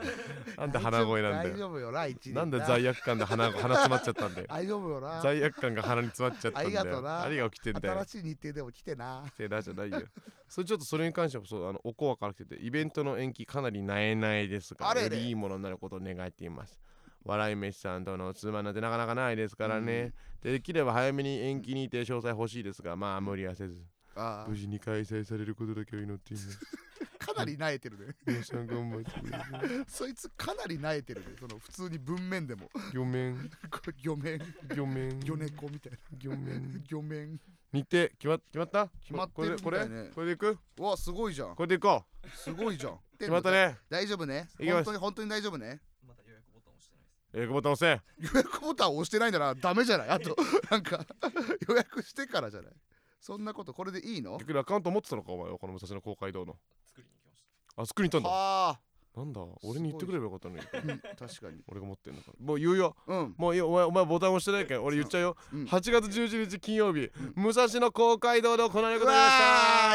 Speaker 1: なんで鼻声なんだ
Speaker 2: 大
Speaker 1: よ
Speaker 2: 丈夫よな一輪
Speaker 1: なんで
Speaker 2: 悪
Speaker 1: 罪悪感で鼻鼻詰まっちゃったん だよ
Speaker 2: 大丈夫よな
Speaker 1: 罪悪感が鼻に詰まっちゃったんだよ
Speaker 2: ありがとうな
Speaker 1: 何が起きてんだよ
Speaker 2: 新しい日程でも来てな
Speaker 1: セーラーじゃないよそれちょっとそれに関してもそうあのおこわから来ててイベントの延期かなりなえないですが
Speaker 2: あれ
Speaker 1: よ
Speaker 2: れ
Speaker 1: りいいものになることを願っています笑い飯さんとの妻なんてなかなかないですからね、でできれば早めに延期にて詳細欲しいですがまあ無理はせず
Speaker 2: あ
Speaker 1: 無事に開催されることだけを祈っていま す
Speaker 2: あかなり慣えてるね
Speaker 1: 皆さん頑張ってください
Speaker 2: そいつかなり慣えてるねその普通に文面でも
Speaker 1: 魚面
Speaker 2: これ魚面
Speaker 1: 魚面
Speaker 2: 魚猫みたいな
Speaker 1: 魚面
Speaker 2: 魚面
Speaker 1: 日程決まっ決まった
Speaker 2: 決まってるみ
Speaker 1: これ
Speaker 2: た
Speaker 1: こ
Speaker 2: い
Speaker 1: れ
Speaker 2: ね
Speaker 1: これでいく
Speaker 2: うわすごいじゃん
Speaker 1: これでいこう
Speaker 2: すごいじゃん
Speaker 1: 決まったね
Speaker 2: 大丈夫ね
Speaker 1: いきます
Speaker 2: 本当に本当に大丈夫ね
Speaker 1: えーボタン押せ
Speaker 2: 予約ボタン押してないならダメじゃないあとなんか予約してからじゃないそんなことこれでいいの
Speaker 1: 逆にアカウント持ってたのかお前はこの武蔵野公会堂の作りに行きましたあ作りに行ったんだ
Speaker 2: はあ
Speaker 1: なんだ俺に言ってくればよかったのに
Speaker 2: うん確かに
Speaker 1: 俺が持ってんだからもう言うよ
Speaker 2: うん
Speaker 1: もういいよお前お前ボタン押してないけん俺言っちゃうよ、
Speaker 2: うん
Speaker 1: 8月11日金曜日、武蔵野公会堂で行われることになりました
Speaker 2: わ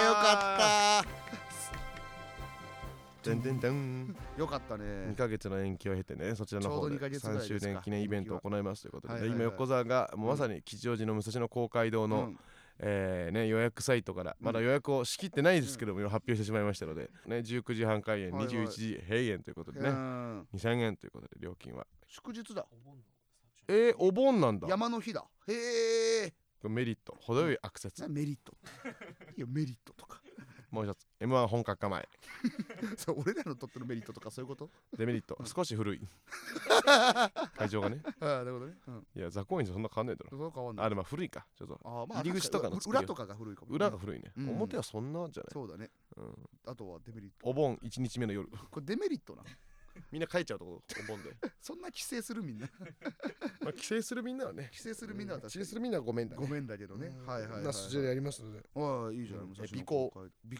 Speaker 2: ーよかっ
Speaker 1: ったでんでんでん
Speaker 2: たよかった
Speaker 1: 2
Speaker 2: ね
Speaker 1: ヶ月の延期を経てねそちらの方
Speaker 2: ちょ
Speaker 1: で
Speaker 2: うど二ヶ月ぐらい
Speaker 1: 3
Speaker 2: ですか
Speaker 1: 周年記念イベントを行いますということで、
Speaker 2: はいはいはい
Speaker 1: 今横澤がもうまさに吉祥寺の武蔵野公会堂の、
Speaker 2: うん
Speaker 1: えーね、予約サイトからまだ予約をしきってないですけども、今発表してしまいましたので、ね、19時半開演、
Speaker 2: はいはい
Speaker 1: 21時閉園ということでね、
Speaker 2: うん
Speaker 1: 2000円ということで料金は
Speaker 2: 祝日だ
Speaker 1: えー、お盆なんだ
Speaker 2: 山の日だへえ
Speaker 1: メリット程よいアクセス、
Speaker 2: メリッ トいやメリットとか
Speaker 1: もう一つ m 1本格構え
Speaker 2: そう俺らのとってのメリットとかそうい うこと
Speaker 1: デメリット少し 古い会場がね
Speaker 2: ああなるほどねうん
Speaker 1: いや雑魚院そんな変わんないだろ
Speaker 2: そう変わんない
Speaker 1: あれまあ古いかちょっと
Speaker 2: あーま
Speaker 1: 入り口とかの
Speaker 2: 確に
Speaker 1: 作り
Speaker 2: 裏とかが古いかも
Speaker 1: 裏が古いね、
Speaker 2: うん
Speaker 1: 表はそんなじゃない、
Speaker 2: そうだね
Speaker 1: うん、
Speaker 2: あとはデメリット
Speaker 1: お盆1日目の夜
Speaker 2: これデメリットな
Speaker 1: みんな帰っちゃうとこお盆で、
Speaker 2: そんな規制するみ んな
Speaker 1: まあ、帰省するみんなはね
Speaker 2: 規制するみんなは確か
Speaker 1: 帰
Speaker 2: に
Speaker 1: 省するみんなはごめんだね
Speaker 2: ごめんだけどね。はいはいはい、
Speaker 1: なそちらで
Speaker 2: はい。
Speaker 1: やりますので
Speaker 2: ああ、いいじゃな
Speaker 1: うん
Speaker 2: い。
Speaker 1: え尾行
Speaker 2: 尾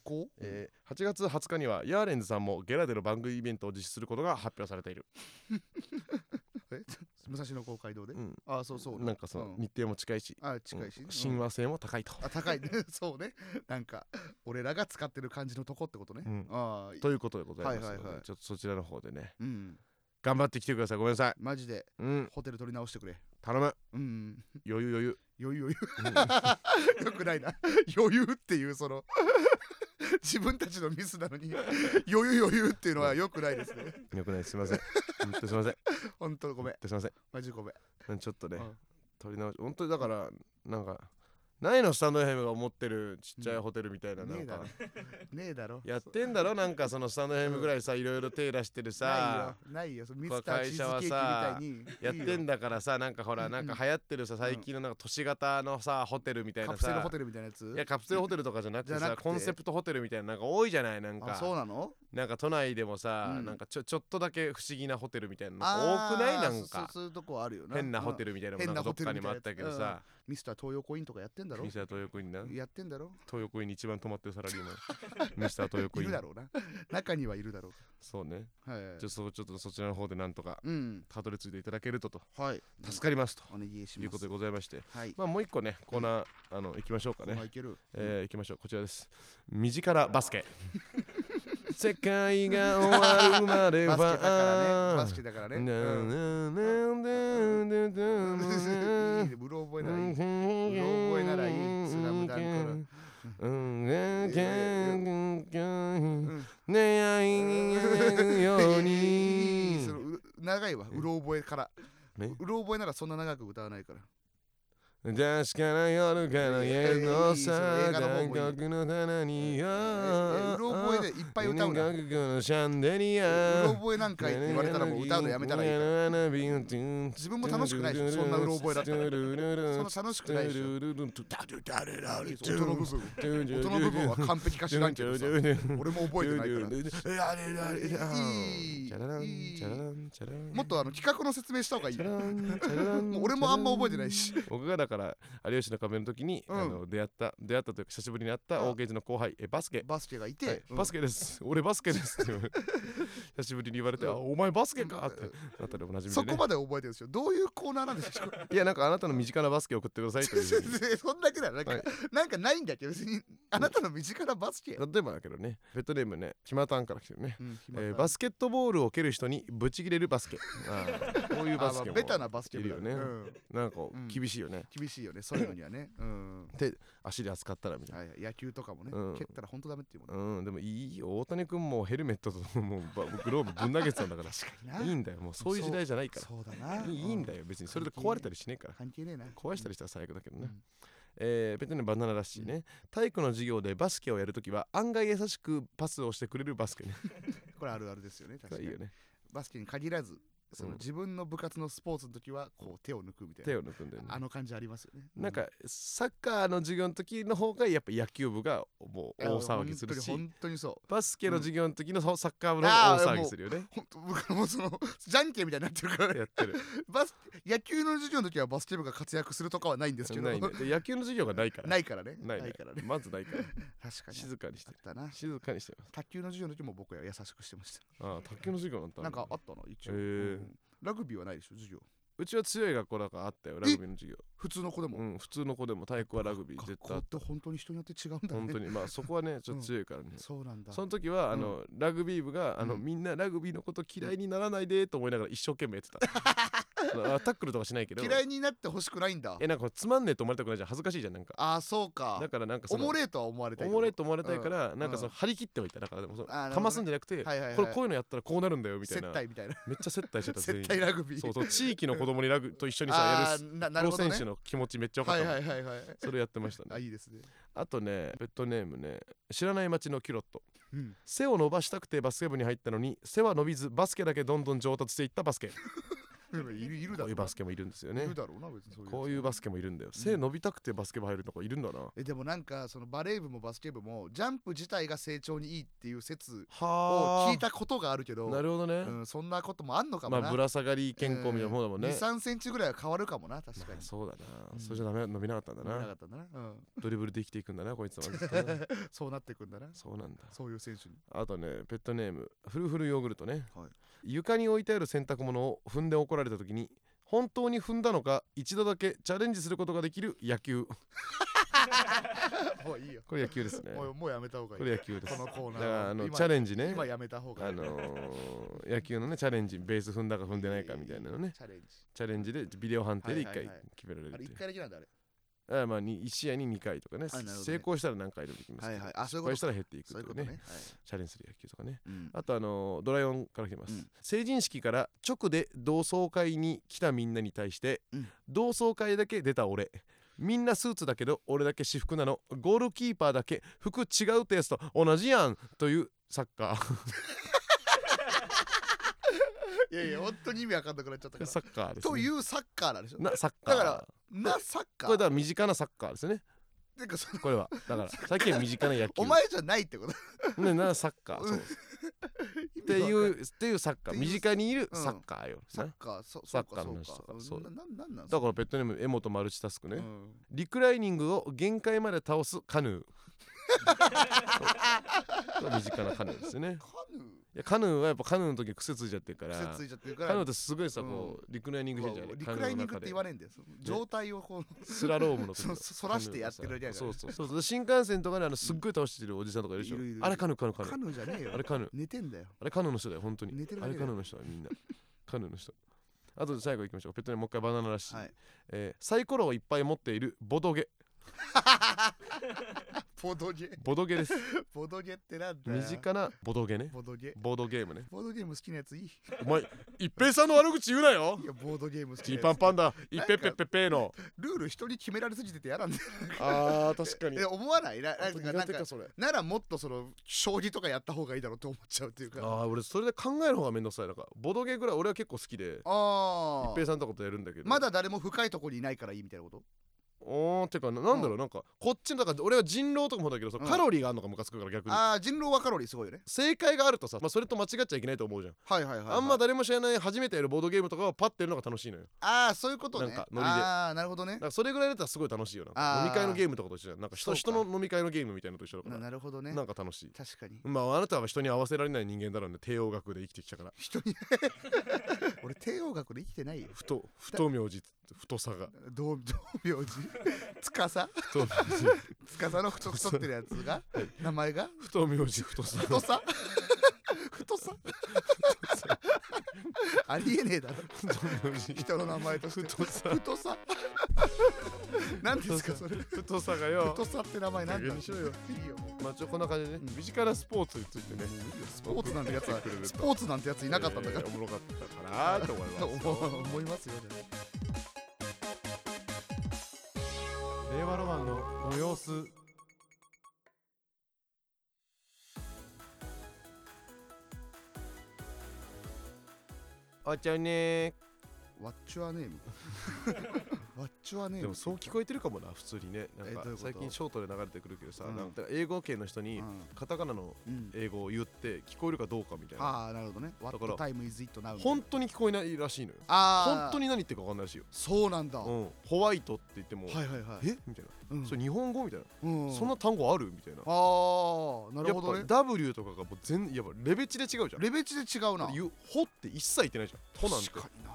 Speaker 2: 行
Speaker 1: えー8月20日にはヤーレンズさんもゲラでの番組イベントを実施することが発表されている、
Speaker 2: 武蔵野公会堂で
Speaker 1: う。ん、
Speaker 2: ああ、そうそう。
Speaker 1: なんかその
Speaker 2: うん
Speaker 1: 日程も近いし、
Speaker 2: ああ、近いし
Speaker 1: う
Speaker 2: ね
Speaker 1: ん。親
Speaker 2: うん
Speaker 1: 和性も高いと、
Speaker 2: あ、高い ね。そうね。なんか、俺らが使ってる感じのとこってことね。
Speaker 1: うん
Speaker 2: ああ、
Speaker 1: ということでございますので、
Speaker 2: はいはいはい
Speaker 1: ちょっとそちらの方でね
Speaker 2: うん。
Speaker 1: 頑張ってきてくださいごめんなさい
Speaker 2: マジで、
Speaker 1: うん
Speaker 2: ホテル取り直してくれ。
Speaker 1: 頼む
Speaker 2: うん。
Speaker 1: 余裕余裕
Speaker 2: 余裕余裕。よくないな。余裕っていう、その、自分たちのミスなのに余裕余裕っていうのは良くないですね
Speaker 1: よくないですすいま せんほんとすいません
Speaker 2: 本当ごめん
Speaker 1: ほとすいません
Speaker 2: マジごめん
Speaker 1: うんちょっとね、
Speaker 2: うん
Speaker 1: 取り直し本当にだからなんかないのスタンド FM が思ってるちっちゃいホテルみたいなな
Speaker 2: ねえ
Speaker 1: ん
Speaker 2: だ
Speaker 1: か
Speaker 2: ろねえだろ
Speaker 1: やってんだろなんかそのスタンド FM ぐらいさいろいろ手出してるさ
Speaker 2: ないよないよそのミ
Speaker 1: こ
Speaker 2: ス
Speaker 1: の
Speaker 2: ター
Speaker 1: 会
Speaker 2: チー
Speaker 1: 社は
Speaker 2: ズケーキみ
Speaker 1: さ
Speaker 2: たいに
Speaker 1: やって
Speaker 2: いい
Speaker 1: ん
Speaker 2: よ
Speaker 1: だからさなんかほらなんか流行ってるさ最近のなんか都市型のさホテルみたい
Speaker 2: カ
Speaker 1: な
Speaker 2: プセル
Speaker 1: さ
Speaker 2: ホテルみたいなやつ
Speaker 1: いやカプセルホテルとかじゃなくて
Speaker 2: じゃな
Speaker 1: さ
Speaker 2: くて
Speaker 1: コンセプトホテルみたいななんか多いじゃないなん
Speaker 2: あそう
Speaker 1: か
Speaker 2: なの
Speaker 1: なんか都内でもさ
Speaker 2: うん
Speaker 1: なんかちょちょっとだけ不思議なホテルみたいな
Speaker 2: あ
Speaker 1: の多
Speaker 2: ー
Speaker 1: くないなんか
Speaker 2: そそうそういうとこあるよな
Speaker 1: 変なホ
Speaker 2: ル
Speaker 1: テルみたいなの
Speaker 2: 変
Speaker 1: もな
Speaker 2: な
Speaker 1: んかど
Speaker 2: ホ
Speaker 1: っ
Speaker 2: テ
Speaker 1: か
Speaker 2: ル
Speaker 1: に
Speaker 2: み
Speaker 1: も
Speaker 2: たい
Speaker 1: あった
Speaker 2: なやつ
Speaker 1: けどさ
Speaker 2: ミスター東横インとかやってんだろ
Speaker 1: ミスター東横インな
Speaker 2: やってんだろ
Speaker 1: 東横インに一番泊まってるサラリーマ ンミスター東横イ
Speaker 2: いる
Speaker 1: ン
Speaker 2: だろうな中にはいるだろ
Speaker 1: そうね
Speaker 2: うはい
Speaker 1: じゃあそうちょっとそちらの方でなんとか
Speaker 2: うん
Speaker 1: たどり着いていただけるとと
Speaker 2: はい
Speaker 1: 助かりますと
Speaker 2: お願い
Speaker 1: い
Speaker 2: し
Speaker 1: う
Speaker 2: ま
Speaker 1: こと
Speaker 2: す
Speaker 1: でございまして
Speaker 2: はい
Speaker 1: まあもう一個ねコーナーあの行きましょうかね
Speaker 2: まあいける
Speaker 1: えー、行きましょうこちらです身近なバス ケ世界が終わるまで
Speaker 2: バスケだからね
Speaker 1: は
Speaker 2: バスケだからね
Speaker 1: な
Speaker 2: うん
Speaker 1: なななななな
Speaker 2: いいね うろ覚えならいい
Speaker 1: 覚
Speaker 2: えならいいスラムダンク
Speaker 1: 出会いに会うよう
Speaker 2: いい
Speaker 1: に
Speaker 2: そのう長いわうろ覚えから
Speaker 1: え
Speaker 2: うろ覚えならそんな長く歌わないから
Speaker 1: 確かな夜から夜のさ
Speaker 2: いいその映画の方
Speaker 1: 韓
Speaker 2: もいい
Speaker 1: 国の棚によ
Speaker 2: ええうろ覚えでいっぱい歌うなう
Speaker 1: 韓国のシャンデリア
Speaker 2: ろ覚えなんかいって言われたらもう歌うのやめたらいいから自分も楽しくないでしょそんなうろ覚えだったらそんな楽しくないでしょいいぞ音の部分音の部分は完璧化しないけどさ俺も覚えてないからもっとあの企画の説明した方がいいよもう俺もあんま覚えてないし
Speaker 1: 僕がだから有吉の壁の時に、
Speaker 2: うん
Speaker 1: あの出会った出会ったというか久しぶりに会った
Speaker 2: うん
Speaker 1: OKG の後輩えバスケ、
Speaker 2: バスケが
Speaker 1: は
Speaker 2: い
Speaker 1: い
Speaker 2: て
Speaker 1: バスケです俺バスケですって言われて久しぶりに言われて、あお前バスケかってなったでおなじみで
Speaker 2: ケそこ
Speaker 1: ね
Speaker 2: まで覚えてるんですよどういうコーナーなんでしょう
Speaker 1: いやなんかあなたの身近なバスケ送ってくださいという
Speaker 2: そんだけだよなんか、
Speaker 1: はい
Speaker 2: なんかないんだけど別にあなたの身近なバスケ、
Speaker 1: 例えばだけどねペットネームねひまたんから来てるね
Speaker 2: うん暇だ
Speaker 1: えーバスケットボールを蹴る人にブチ切れるバ スケあーこういうバスケ
Speaker 2: あまあ
Speaker 1: も
Speaker 2: ベタなバスケ部だ
Speaker 1: いるよね
Speaker 2: うん
Speaker 1: なんかこう
Speaker 2: うん
Speaker 1: 厳しいよね、
Speaker 2: 厳しいよねそういうのにはね、うん
Speaker 1: 足で扱ったらみたいな、
Speaker 2: はい、野球とかもね、
Speaker 1: うん
Speaker 2: 蹴ったら本当ダメっていうもんね
Speaker 1: うんでもいいよ大谷君もヘルメットともうばグローブぶん投げてたんだから
Speaker 2: 確か
Speaker 1: いいんだよもうそういう時代じゃないから
Speaker 2: そうだない
Speaker 1: いいいんだよ別にそれで壊れたりしねえから
Speaker 2: 関係ねえな
Speaker 1: 壊したりしたら最悪だけどね、
Speaker 2: うん
Speaker 1: えー、別にバナナらしいね、体育の授業でバスケをやるときは案外優しくパスをしてくれるバスケね
Speaker 2: これあるあるですよね確か
Speaker 1: い
Speaker 2: に
Speaker 1: いよね
Speaker 2: バスケに限らずその
Speaker 1: うん
Speaker 2: 自分の部活のスポーツの時はこう手を抜くみたいな
Speaker 1: 手を抜くんだよね
Speaker 2: あの感じありますよね
Speaker 1: なんかサッカーの授業の時の方がやっぱ野球部がもう
Speaker 2: うん
Speaker 1: 大騒ぎする
Speaker 2: いや
Speaker 1: し
Speaker 2: 本当に本当にそう
Speaker 1: バスケの授業の時のサッカー部の
Speaker 2: あ
Speaker 1: 方
Speaker 2: ー
Speaker 1: が大騒ぎするよね
Speaker 2: 本当僕もそのじゃんけんみたいになってるからね
Speaker 1: やってる
Speaker 2: バス野球の授業の時はバスケ部が活躍するとかはないんですけど
Speaker 1: ないねで野球の授業がないから
Speaker 2: ないからね
Speaker 1: ないね
Speaker 2: からね
Speaker 1: まずないから
Speaker 2: 確かに
Speaker 1: 静かにし
Speaker 2: あ
Speaker 1: て
Speaker 2: っ
Speaker 1: る
Speaker 2: たな
Speaker 1: 静かにしてます
Speaker 2: 卓球の授業の時も僕は優しくしてまし
Speaker 1: ああ卓球の授業なん
Speaker 2: た
Speaker 1: だ
Speaker 2: なんかあったの一応、
Speaker 1: へえ
Speaker 2: うんラグビーはないでしょ授業
Speaker 1: うちは強い学校だからあったよラグビーの授業
Speaker 2: 普通の子でも、
Speaker 1: うん普通の子でも体育はラグビー
Speaker 2: 学
Speaker 1: 絶
Speaker 2: 校
Speaker 1: 対あ
Speaker 2: っ
Speaker 1: って
Speaker 2: 本当に人によって違うん
Speaker 1: た
Speaker 2: だ
Speaker 1: 本当
Speaker 2: ね
Speaker 1: にまあそこはねちょっと強いからね
Speaker 2: そうなんだ
Speaker 1: その時はあの、ラグビー部があの、
Speaker 2: うん
Speaker 1: みんなラグビーのこと嫌いにならないでと思いながら一生懸命やってたあのタックルとかしないけど
Speaker 2: 嫌いになってほしくないんだ
Speaker 1: えなんかつまんねえと思われたくないじゃん恥ずかしいじゃんなんか
Speaker 2: ああそうか
Speaker 1: だからなんか
Speaker 2: お
Speaker 1: その
Speaker 2: もれえとは思われた
Speaker 1: お
Speaker 2: い
Speaker 1: もれ
Speaker 2: れ
Speaker 1: と思われたいから、なんかその張り切ってはいただからでもその
Speaker 2: あーなるほど
Speaker 1: か
Speaker 2: ね
Speaker 1: ますんじゃなくて、
Speaker 2: はいはいはい
Speaker 1: これこういうのやったらこうなるんだよみたい
Speaker 2: 接
Speaker 1: な
Speaker 2: 待みた いな
Speaker 1: めっちゃ接待してた全
Speaker 2: 接
Speaker 1: 員
Speaker 2: 待ラグビー
Speaker 1: そうそう地域の子供にラグと一緒にさ
Speaker 2: あ
Speaker 1: やる
Speaker 2: あな
Speaker 1: プ
Speaker 2: なる
Speaker 1: ロ
Speaker 2: ほど
Speaker 1: 選
Speaker 2: ね
Speaker 1: 手の気持ちめっちゃ分かった
Speaker 2: はい
Speaker 1: もん、
Speaker 2: はいはいはい
Speaker 1: それやってましたね
Speaker 2: あいいですね
Speaker 1: あとねペットネームね知らない町のキュロット
Speaker 2: うん
Speaker 1: 背を伸ばしたくてバスケ部に入ったのに背は伸びずバスケだけどんどん上達していったバスケこ
Speaker 2: いるいるだ
Speaker 1: うい
Speaker 2: ろ
Speaker 1: う
Speaker 2: うな
Speaker 1: バスケもいるんですよ
Speaker 2: い
Speaker 1: ね
Speaker 2: るだろうな別にそういうやつ
Speaker 1: こういうバスケもいるんだよ背伸びたくてバスケ部入るとこいるんだなは
Speaker 2: えでもなんかそのバレー部もバスケ部もジャンプ自体が成長にいいっていう説を
Speaker 1: あ
Speaker 2: 聞いたことがあるけど
Speaker 1: なるほどね、
Speaker 2: うん、そんなこともあんのかも
Speaker 1: ま
Speaker 2: な、
Speaker 1: あぶら下がり健康みたいなもんだもんね、
Speaker 2: 2 3センチぐらいは変わるかもな確か
Speaker 1: まあ
Speaker 2: に、
Speaker 1: そうだな、
Speaker 2: うん
Speaker 1: それじゃダメ伸びなかったんだ
Speaker 2: 見な
Speaker 1: な
Speaker 2: かったんだな、うん、
Speaker 1: ドリブルで生きていくんだなこい つはずっとな
Speaker 2: そうなってくんだな
Speaker 1: そうなんだ
Speaker 2: そういう選手に
Speaker 1: あとねペットネームフルフルヨーグルトね、
Speaker 2: はい
Speaker 1: 床に置いてある洗濯物を踏んで怒られた時に本当に踏んだのか一度だけチャレンジすることができる野球
Speaker 2: もういいよ
Speaker 1: これ野球ですね
Speaker 2: も
Speaker 1: こ
Speaker 2: うもうやめた方がいい
Speaker 1: れ野球です
Speaker 2: このコーナ
Speaker 1: だ
Speaker 2: ー
Speaker 1: からあの
Speaker 2: 今
Speaker 1: チャレンジね
Speaker 2: 今やめた方がい
Speaker 1: あ
Speaker 2: い
Speaker 1: のー野球のねチャレンジベース踏んだか踏んでないかみたいなのね
Speaker 2: チャレンジ
Speaker 1: チャレンジでビデオ判定で一
Speaker 2: はい
Speaker 1: 回
Speaker 2: はいはい
Speaker 1: 決められる
Speaker 2: あ
Speaker 1: ってい
Speaker 2: れ
Speaker 1: う
Speaker 2: 1回だけなんだあれ
Speaker 1: あまあ、に1試合に2回とかね
Speaker 2: あなるほどね
Speaker 1: 成功したら何回でもできます
Speaker 2: は
Speaker 1: け
Speaker 2: い
Speaker 1: ど、
Speaker 2: はいあそうい
Speaker 1: 失
Speaker 2: うこ
Speaker 1: 敗した
Speaker 2: と
Speaker 1: ら減っていく
Speaker 2: そういう
Speaker 1: とい
Speaker 2: こ
Speaker 1: う
Speaker 2: と
Speaker 1: ね
Speaker 2: ねはい
Speaker 1: チャレンジする野球とかね
Speaker 2: うん
Speaker 1: あとあのドラえもんから来てます、
Speaker 2: うん
Speaker 1: 成人式から直で同窓会に来たみんなに対して、
Speaker 2: うん
Speaker 1: 同窓会だけ出た俺みんなスーツだけど俺だけ私服なのゴールキーパーだけ服違うテイスト同じやんというサッカ ー
Speaker 2: いやいや本当に意味わかんなくなっちゃったから
Speaker 1: サッカーです、ね、
Speaker 2: というサッカーなんでしょ
Speaker 1: なサッカー
Speaker 2: だからなサッ
Speaker 1: こ
Speaker 2: カ
Speaker 1: れだから
Speaker 2: ー
Speaker 1: 身近なサッカーですよね
Speaker 2: てかその
Speaker 1: これはだからさっきは身近な野球
Speaker 2: お前じゃないってこと
Speaker 1: ねなサッカーそうです
Speaker 2: 意
Speaker 1: って
Speaker 2: 味わ
Speaker 1: い
Speaker 2: かんな
Speaker 1: うっていうサッカー
Speaker 2: っていう
Speaker 1: 身近にいる
Speaker 2: うん
Speaker 1: サッカーよ、
Speaker 2: サ
Speaker 1: ね
Speaker 2: ッカーそ
Speaker 1: サ
Speaker 2: そ
Speaker 1: ッ
Speaker 2: う
Speaker 1: カ
Speaker 2: か
Speaker 1: ー
Speaker 2: そ
Speaker 1: の
Speaker 2: う
Speaker 1: 話と
Speaker 2: か
Speaker 1: か
Speaker 2: そ
Speaker 1: そう
Speaker 2: うななんなんなん
Speaker 1: だからペットネーム江本マルチタスクね、
Speaker 2: うん
Speaker 1: リクライニングを限界まで倒すカ ヌーそう身近なカヌーですよね
Speaker 2: カヌー
Speaker 1: いやカヌーはやっぱカヌーの時癖ついちゃってるから
Speaker 2: 癖ついちゃってるか
Speaker 1: カヌー
Speaker 2: ら
Speaker 1: ってすごいさ、こうリクライニングしてんじゃ
Speaker 2: う
Speaker 1: な
Speaker 2: わ
Speaker 1: い
Speaker 2: リクライニングって言わ
Speaker 1: れ
Speaker 2: ねえんだよその状態をこう
Speaker 1: スラロームの時
Speaker 2: そ
Speaker 1: の
Speaker 2: そらしてやってるやつ
Speaker 1: そうそうそうそう新幹線とかであのすっごい倒してるおじさんとかいるでしょ
Speaker 2: いるいるいる
Speaker 1: あれカヌーカヌーカヌー
Speaker 2: カヌーじゃねえよ
Speaker 1: あれカヌー
Speaker 2: 寝てんだよ
Speaker 1: あれカヌーの人だよ本当に
Speaker 2: 寝てる
Speaker 1: あ
Speaker 2: だ
Speaker 1: れ
Speaker 2: けだ
Speaker 1: カヌー
Speaker 2: よ
Speaker 1: の人だよ みんなカヌーの人あと最後行きましょうペットにもう一回バナナらしい、
Speaker 2: はい
Speaker 1: えーサイコロをいっぱい持っているボドゲ
Speaker 2: ボドゲ
Speaker 1: ボドゲ です
Speaker 2: ボドゲってなんだよ
Speaker 1: 身近なボドゲね
Speaker 2: ボドゲ
Speaker 1: ボードゲームね
Speaker 2: ボードゲーム好きなやついい
Speaker 1: お前一平さんの悪口言うなよ
Speaker 2: いやボードゲーム好き
Speaker 1: ジ
Speaker 2: な
Speaker 1: ーパ
Speaker 2: や
Speaker 1: ンパンダ一ペペペペの
Speaker 2: つルール人に決められすぎてて嫌なんだよ
Speaker 1: あー確か
Speaker 2: いや思わないななんかなんか
Speaker 1: それ
Speaker 2: ならもっとその将棋とかやった方がいいだろうって思っちゃうっていう
Speaker 1: あ
Speaker 2: かあ
Speaker 1: ー俺それで考える方がめんどくさいなんかボドゲぐらい俺は結構好きで一
Speaker 2: あ
Speaker 1: 平さんとことやるんだけど
Speaker 2: まだ誰も深いとこにいないからいいみたいなこと
Speaker 1: おーてかななんだろうなんかこっちのだから俺は人狼とかもだけどさ
Speaker 2: うん
Speaker 1: カロリーがあるのかムカつくから逆に
Speaker 2: ああ人狼はカロリーすごいよね
Speaker 1: 正解があるとさ、まあ、それと間違っちゃいけないと思うじゃん、
Speaker 2: はいはいはい、はい、
Speaker 1: あんま誰も知らない初めてやるボードゲームとかをパッてやるのが楽しいのよ
Speaker 2: ああそういうことね
Speaker 1: なんかノリで
Speaker 2: ああなるほどね
Speaker 1: だからそれぐらいだったらすごい楽しいよ
Speaker 2: あ
Speaker 1: な
Speaker 2: ー
Speaker 1: 飲み会のゲームとかと一緒じゃんなんか
Speaker 2: そ
Speaker 1: 人
Speaker 2: うか
Speaker 1: 人の飲み会のゲームみたいなのと一緒だか
Speaker 2: な
Speaker 1: ら
Speaker 2: なるほどね
Speaker 1: なんか楽しい
Speaker 2: 確かに
Speaker 1: まああなたは人に合わせられない人間だろうね帝王学で生きてきたから
Speaker 2: 人に俺帝王学で生きてないよ
Speaker 1: 太太名字太さが
Speaker 2: 道道明寺つかさ
Speaker 1: 太名字
Speaker 2: つかさの太太ってるやつが名 前が
Speaker 1: 太名字太さ
Speaker 2: 太さ太さ ありえねえだろ
Speaker 1: 太名字
Speaker 2: 人の名前として
Speaker 1: 太さ
Speaker 2: 太さ何ですかそれ
Speaker 1: 太さがよ
Speaker 2: 太さって名前なん
Speaker 1: 加減
Speaker 2: だ
Speaker 1: にしろよ
Speaker 2: いいよ
Speaker 1: まあちょこんな感じでね
Speaker 2: うん
Speaker 1: 身近なスポーツについてね
Speaker 2: スポーツなんてやつは
Speaker 1: 送ってくれる
Speaker 2: ス
Speaker 1: と
Speaker 2: ポーツなんてやついなかったんだか
Speaker 1: え
Speaker 2: ら
Speaker 1: ーおもろかったかなと思い
Speaker 2: と
Speaker 1: ます
Speaker 2: 思 う思いますよでも
Speaker 1: 令和ロマンのご様子あちゃうね
Speaker 2: ワッチュアネームワッチュアネーム
Speaker 1: でもそう聞こえてるかもな普通にねなん
Speaker 2: えど
Speaker 1: か
Speaker 2: ういうこと
Speaker 1: 最近ショートで流れてくるけどさ、
Speaker 2: うん
Speaker 1: なんか英語圏の人
Speaker 2: え
Speaker 1: に
Speaker 2: うん
Speaker 1: カタカナの
Speaker 2: うん
Speaker 1: 英語を言って聞こえるかどうかみたいな
Speaker 2: ああなるほどね What
Speaker 1: だから
Speaker 2: time is it now
Speaker 1: 本当に聞こえないらしいのよ
Speaker 2: あ
Speaker 1: 本
Speaker 2: あ
Speaker 1: 当に何言ってるか分かんないらしいよ、
Speaker 2: そうなんだ
Speaker 1: う
Speaker 2: はい
Speaker 1: ん、ホワイトって言っても、
Speaker 2: はいはい
Speaker 1: えみたいな、
Speaker 2: うん
Speaker 1: それ日本語みたいな、
Speaker 2: うん
Speaker 1: そんな単語あるみたいな
Speaker 2: ああなるほど
Speaker 1: や
Speaker 2: ね
Speaker 1: っぱ W とかがもう全やっぱレベチで違うじゃん
Speaker 2: レベチで違うな
Speaker 1: だってゆほって一切言ってないじゃんほなんて
Speaker 2: 確かにな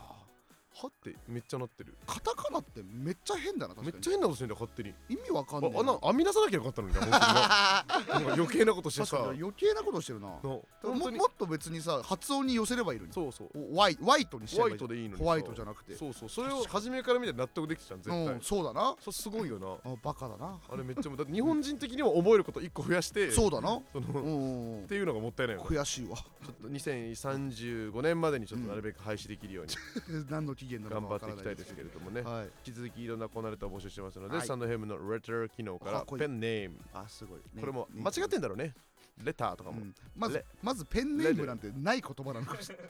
Speaker 1: はってめっちゃなってる
Speaker 2: カタカナってめっちゃ変だな
Speaker 1: め
Speaker 2: 確
Speaker 1: っ
Speaker 2: か
Speaker 1: ちゃ
Speaker 2: に
Speaker 1: 変なことしてんだよ勝手に
Speaker 2: 意味わかん
Speaker 1: あ
Speaker 2: ねえ
Speaker 1: あんなの
Speaker 2: な
Speaker 1: 編み出さなきゃよかったのにな本当にな なんか余計なことして
Speaker 2: 確
Speaker 1: さ
Speaker 2: かに
Speaker 1: な
Speaker 2: 余計なことしてるな
Speaker 1: 本
Speaker 2: もも
Speaker 1: 当
Speaker 2: っ
Speaker 1: に
Speaker 2: と別にさ発音に寄せればいいのに
Speaker 1: そうそう
Speaker 2: おワイワイトにし
Speaker 1: ホ
Speaker 2: て
Speaker 1: ワイトでいいのにさ
Speaker 2: ホワイトじゃなくて
Speaker 1: そうそうそれを初めから見て納得できてたん絶対、
Speaker 2: うんそうだな
Speaker 1: それすごいよな
Speaker 2: あバカだな
Speaker 1: あれめっちゃもうだって日本人的にも覚えること1個増やして
Speaker 2: そうだな
Speaker 1: その、
Speaker 2: う
Speaker 1: っ
Speaker 2: ん
Speaker 1: ていうのがもったいないよな
Speaker 2: 悔しいわ
Speaker 1: ちょっと2035年までにちょっとなるべく廃止できるように
Speaker 2: 何の期限なの
Speaker 1: 頑
Speaker 2: か
Speaker 1: 張
Speaker 2: わ
Speaker 1: っ
Speaker 2: か
Speaker 1: てい
Speaker 2: ら
Speaker 1: き
Speaker 2: ない
Speaker 1: たいですけれどもね、
Speaker 2: はい
Speaker 1: 引き続きいろんなコーナーレターを募集してますので、
Speaker 2: はい
Speaker 1: サンドヘムのレター機能か
Speaker 2: からっこいい
Speaker 1: ペンネーム
Speaker 2: あすごいね
Speaker 1: これも
Speaker 2: ね
Speaker 1: 間違ってんだろうねレターとかも、
Speaker 2: うんまず
Speaker 1: レ
Speaker 2: まずペンネームなんてない言葉なのかもしれない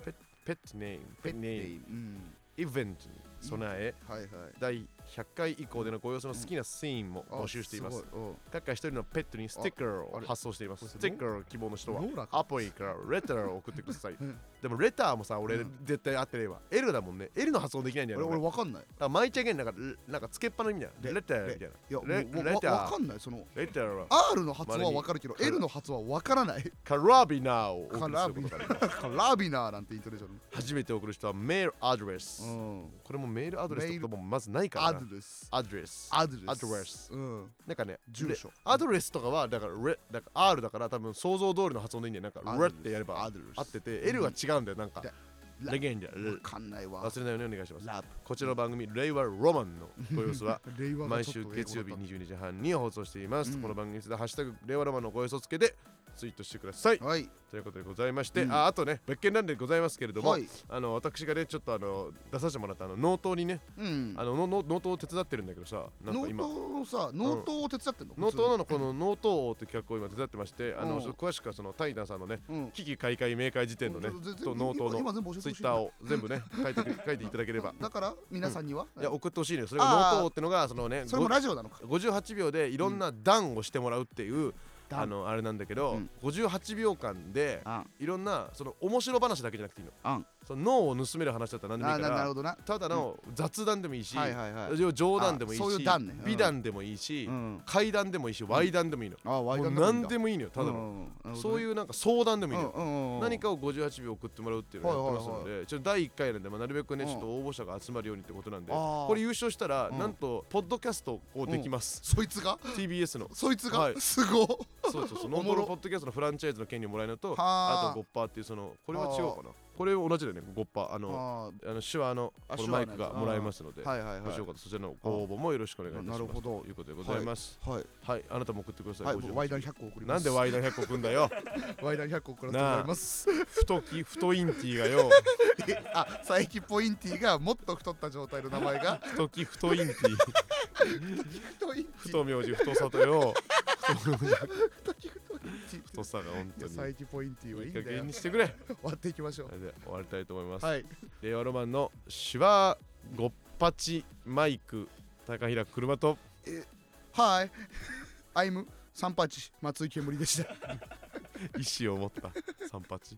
Speaker 1: ペットネームペットネーム
Speaker 2: うん
Speaker 1: イベントに備え
Speaker 2: はいはい
Speaker 1: 第100回以降でのご様子の好きなシーンも
Speaker 2: あ
Speaker 1: 募集しています、
Speaker 2: ごうん
Speaker 1: 各界一人のペットにステッカー
Speaker 2: あ
Speaker 1: を
Speaker 2: あれ
Speaker 1: 発送しています
Speaker 2: これ
Speaker 1: ステッカーを希望の人は
Speaker 2: ローラか
Speaker 1: アプリからレターを送ってください
Speaker 2: うん
Speaker 1: でもレターもさ俺
Speaker 2: うん
Speaker 1: 絶対合ってねえわ L だもんね L の発音できないんだよね
Speaker 2: 俺俺
Speaker 1: 俺だ
Speaker 2: わかんない
Speaker 1: から毎日あげんなんかなんかつけっぱの意味だよ
Speaker 2: レ
Speaker 1: レターみたいない
Speaker 2: やも
Speaker 1: レ
Speaker 2: う
Speaker 1: レ
Speaker 2: わ
Speaker 1: タ
Speaker 2: わ
Speaker 1: ー
Speaker 2: わかんないその
Speaker 1: レターは
Speaker 2: R の発音はわかるけど
Speaker 1: まれに
Speaker 2: L の発音はわからない
Speaker 1: カラビナーを
Speaker 2: カ
Speaker 1: 送る
Speaker 2: ラ
Speaker 1: こと
Speaker 2: ビ
Speaker 1: が
Speaker 2: ナ
Speaker 1: できます
Speaker 2: ーカ ラビナーなんてイントネーション
Speaker 1: 初めて送る人はメールアドレス、
Speaker 2: うん
Speaker 1: これもメールアドレスと
Speaker 2: メー
Speaker 1: か
Speaker 2: ル
Speaker 1: もまずないから
Speaker 2: ア
Speaker 1: な
Speaker 2: ドレス
Speaker 1: アドレス
Speaker 2: アドレス
Speaker 1: アドレス
Speaker 2: うん
Speaker 1: なんかね
Speaker 2: 住所
Speaker 1: レアドレスとかはだからレだから R だから多分想像通りの発音でいいんだよなんか
Speaker 2: アド
Speaker 1: レ
Speaker 2: レ
Speaker 1: っ
Speaker 2: ス
Speaker 1: てやれば
Speaker 2: アドレス
Speaker 1: 合ってて L は違うんだよなんか
Speaker 2: で
Speaker 1: レゲンジャー
Speaker 2: わ
Speaker 1: ル
Speaker 2: かんないわ
Speaker 1: 忘れないようにお願いします
Speaker 2: ラ
Speaker 1: こちらの番組「令和ロマン」のご様子は
Speaker 2: ブ令和 が
Speaker 1: 毎
Speaker 2: ちょ
Speaker 1: 週
Speaker 2: っと英語だった
Speaker 1: 月曜日22時半に放送しています、
Speaker 2: うん
Speaker 1: この番組でハッシュタグ令和ロマンのご予想つけてツイートしてください
Speaker 2: はい
Speaker 1: ということでございまして、
Speaker 2: うん
Speaker 1: ああとね別件なんでございますけれども、
Speaker 2: はい
Speaker 1: あの私がねちょっとあの出させてもらったあの納刀にね、
Speaker 2: うん
Speaker 1: あののの納刀を手伝ってるんだけどさなん
Speaker 2: 納
Speaker 1: か今
Speaker 2: 刀をさ納刀を手伝ってんの
Speaker 1: 納刀のこの納刀王って企画を今手伝ってまして、あ
Speaker 2: うん
Speaker 1: のちょっと詳しくはそのタイタンさんのね
Speaker 2: うん
Speaker 1: 危機開会明快時点のね
Speaker 2: うん全然
Speaker 1: と納刀の
Speaker 2: 今全部教えて
Speaker 1: ツイ
Speaker 2: ほし
Speaker 1: ッ
Speaker 2: い
Speaker 1: ターを全部ね書いて く書いていただければ
Speaker 2: だから皆さんには、
Speaker 1: いや送ってほしいのよそれが納刀王ってのがそのね
Speaker 2: それもラジオなのか
Speaker 1: 58秒でいろんな段をしてもらうっていう、あのあれなんだけど、
Speaker 2: うん
Speaker 1: 58秒間で
Speaker 2: あ
Speaker 1: いろんなその面白話だけじゃなくていいの,、
Speaker 2: うん
Speaker 1: その脳を盗める話だったら何でもい
Speaker 2: な
Speaker 1: か
Speaker 2: いなる
Speaker 1: ら
Speaker 2: ほどな
Speaker 1: ただの雑談でもいいし、
Speaker 2: はいはいはい、
Speaker 1: 冗談でもいいし
Speaker 2: あそういう段ねうん
Speaker 1: 美談でもいいし、
Speaker 2: うん、
Speaker 1: 怪談でもいいし歪談でもいいの、
Speaker 2: あワイド
Speaker 1: もう何でもいいのよただの、そういううなんか相談でもいいのよ、何
Speaker 2: 何
Speaker 1: かを58秒送ってもらうっていうのをやってますので、ちょっと第1回なんで、まあ、なるべくね、
Speaker 2: うん
Speaker 1: ちょっと応募者が集まるようにってことなんで
Speaker 2: あー
Speaker 1: これ優勝したら、
Speaker 2: うん
Speaker 1: なんとポッドキャストをできます、
Speaker 2: そいつが
Speaker 1: TBS の
Speaker 2: そいつが、
Speaker 1: はい
Speaker 2: すごっ
Speaker 1: そうそうそう、ノ
Speaker 2: おもろ
Speaker 1: ーモロポッドキャストのフランチャイズの権利をもらえるのと、
Speaker 2: はあ
Speaker 1: あと5%っていう、その、これは違うかな。これ同じだよね、5%。あの、
Speaker 2: あ
Speaker 1: あの手話の
Speaker 2: あ
Speaker 1: この
Speaker 2: 手
Speaker 1: マ
Speaker 2: 話
Speaker 1: イ
Speaker 2: の
Speaker 1: ク
Speaker 2: やつ
Speaker 1: がもらえますので、
Speaker 2: ーはいはい
Speaker 1: も
Speaker 2: は
Speaker 1: し
Speaker 2: い
Speaker 1: よかったらそちらのご応募もよろしくお願いいたします。
Speaker 2: なるほど
Speaker 1: ということでございます。
Speaker 2: はい
Speaker 1: はい、あなたも送ってください。
Speaker 2: はい、
Speaker 1: ご自
Speaker 2: 僕
Speaker 1: 由
Speaker 2: ワイダン100個送り
Speaker 1: な
Speaker 2: ま
Speaker 1: ん
Speaker 2: す
Speaker 1: でワイド100個組んだよ
Speaker 2: ワイダン100個送らせてもらいます
Speaker 1: 太き太インティがよ
Speaker 2: あ佐伯ポインティがもっと太った状態の名前が
Speaker 1: 太き太インティ
Speaker 2: 太い
Speaker 1: 太名字太さとよ
Speaker 2: 太き太い
Speaker 1: 太さが本
Speaker 2: い
Speaker 1: 当
Speaker 2: や
Speaker 1: に
Speaker 2: 佐伯ポインティはい
Speaker 1: い
Speaker 2: い
Speaker 1: い
Speaker 2: んだ
Speaker 1: 加
Speaker 2: よ
Speaker 1: 減にしてくれ
Speaker 2: 終わっていきましょ
Speaker 1: それで終わりたいと思います
Speaker 2: うはい
Speaker 1: 令和ロマンの手話ごっぱちマイク高平車と
Speaker 2: はいアイム三八松井煙でした
Speaker 1: 意思を持った三八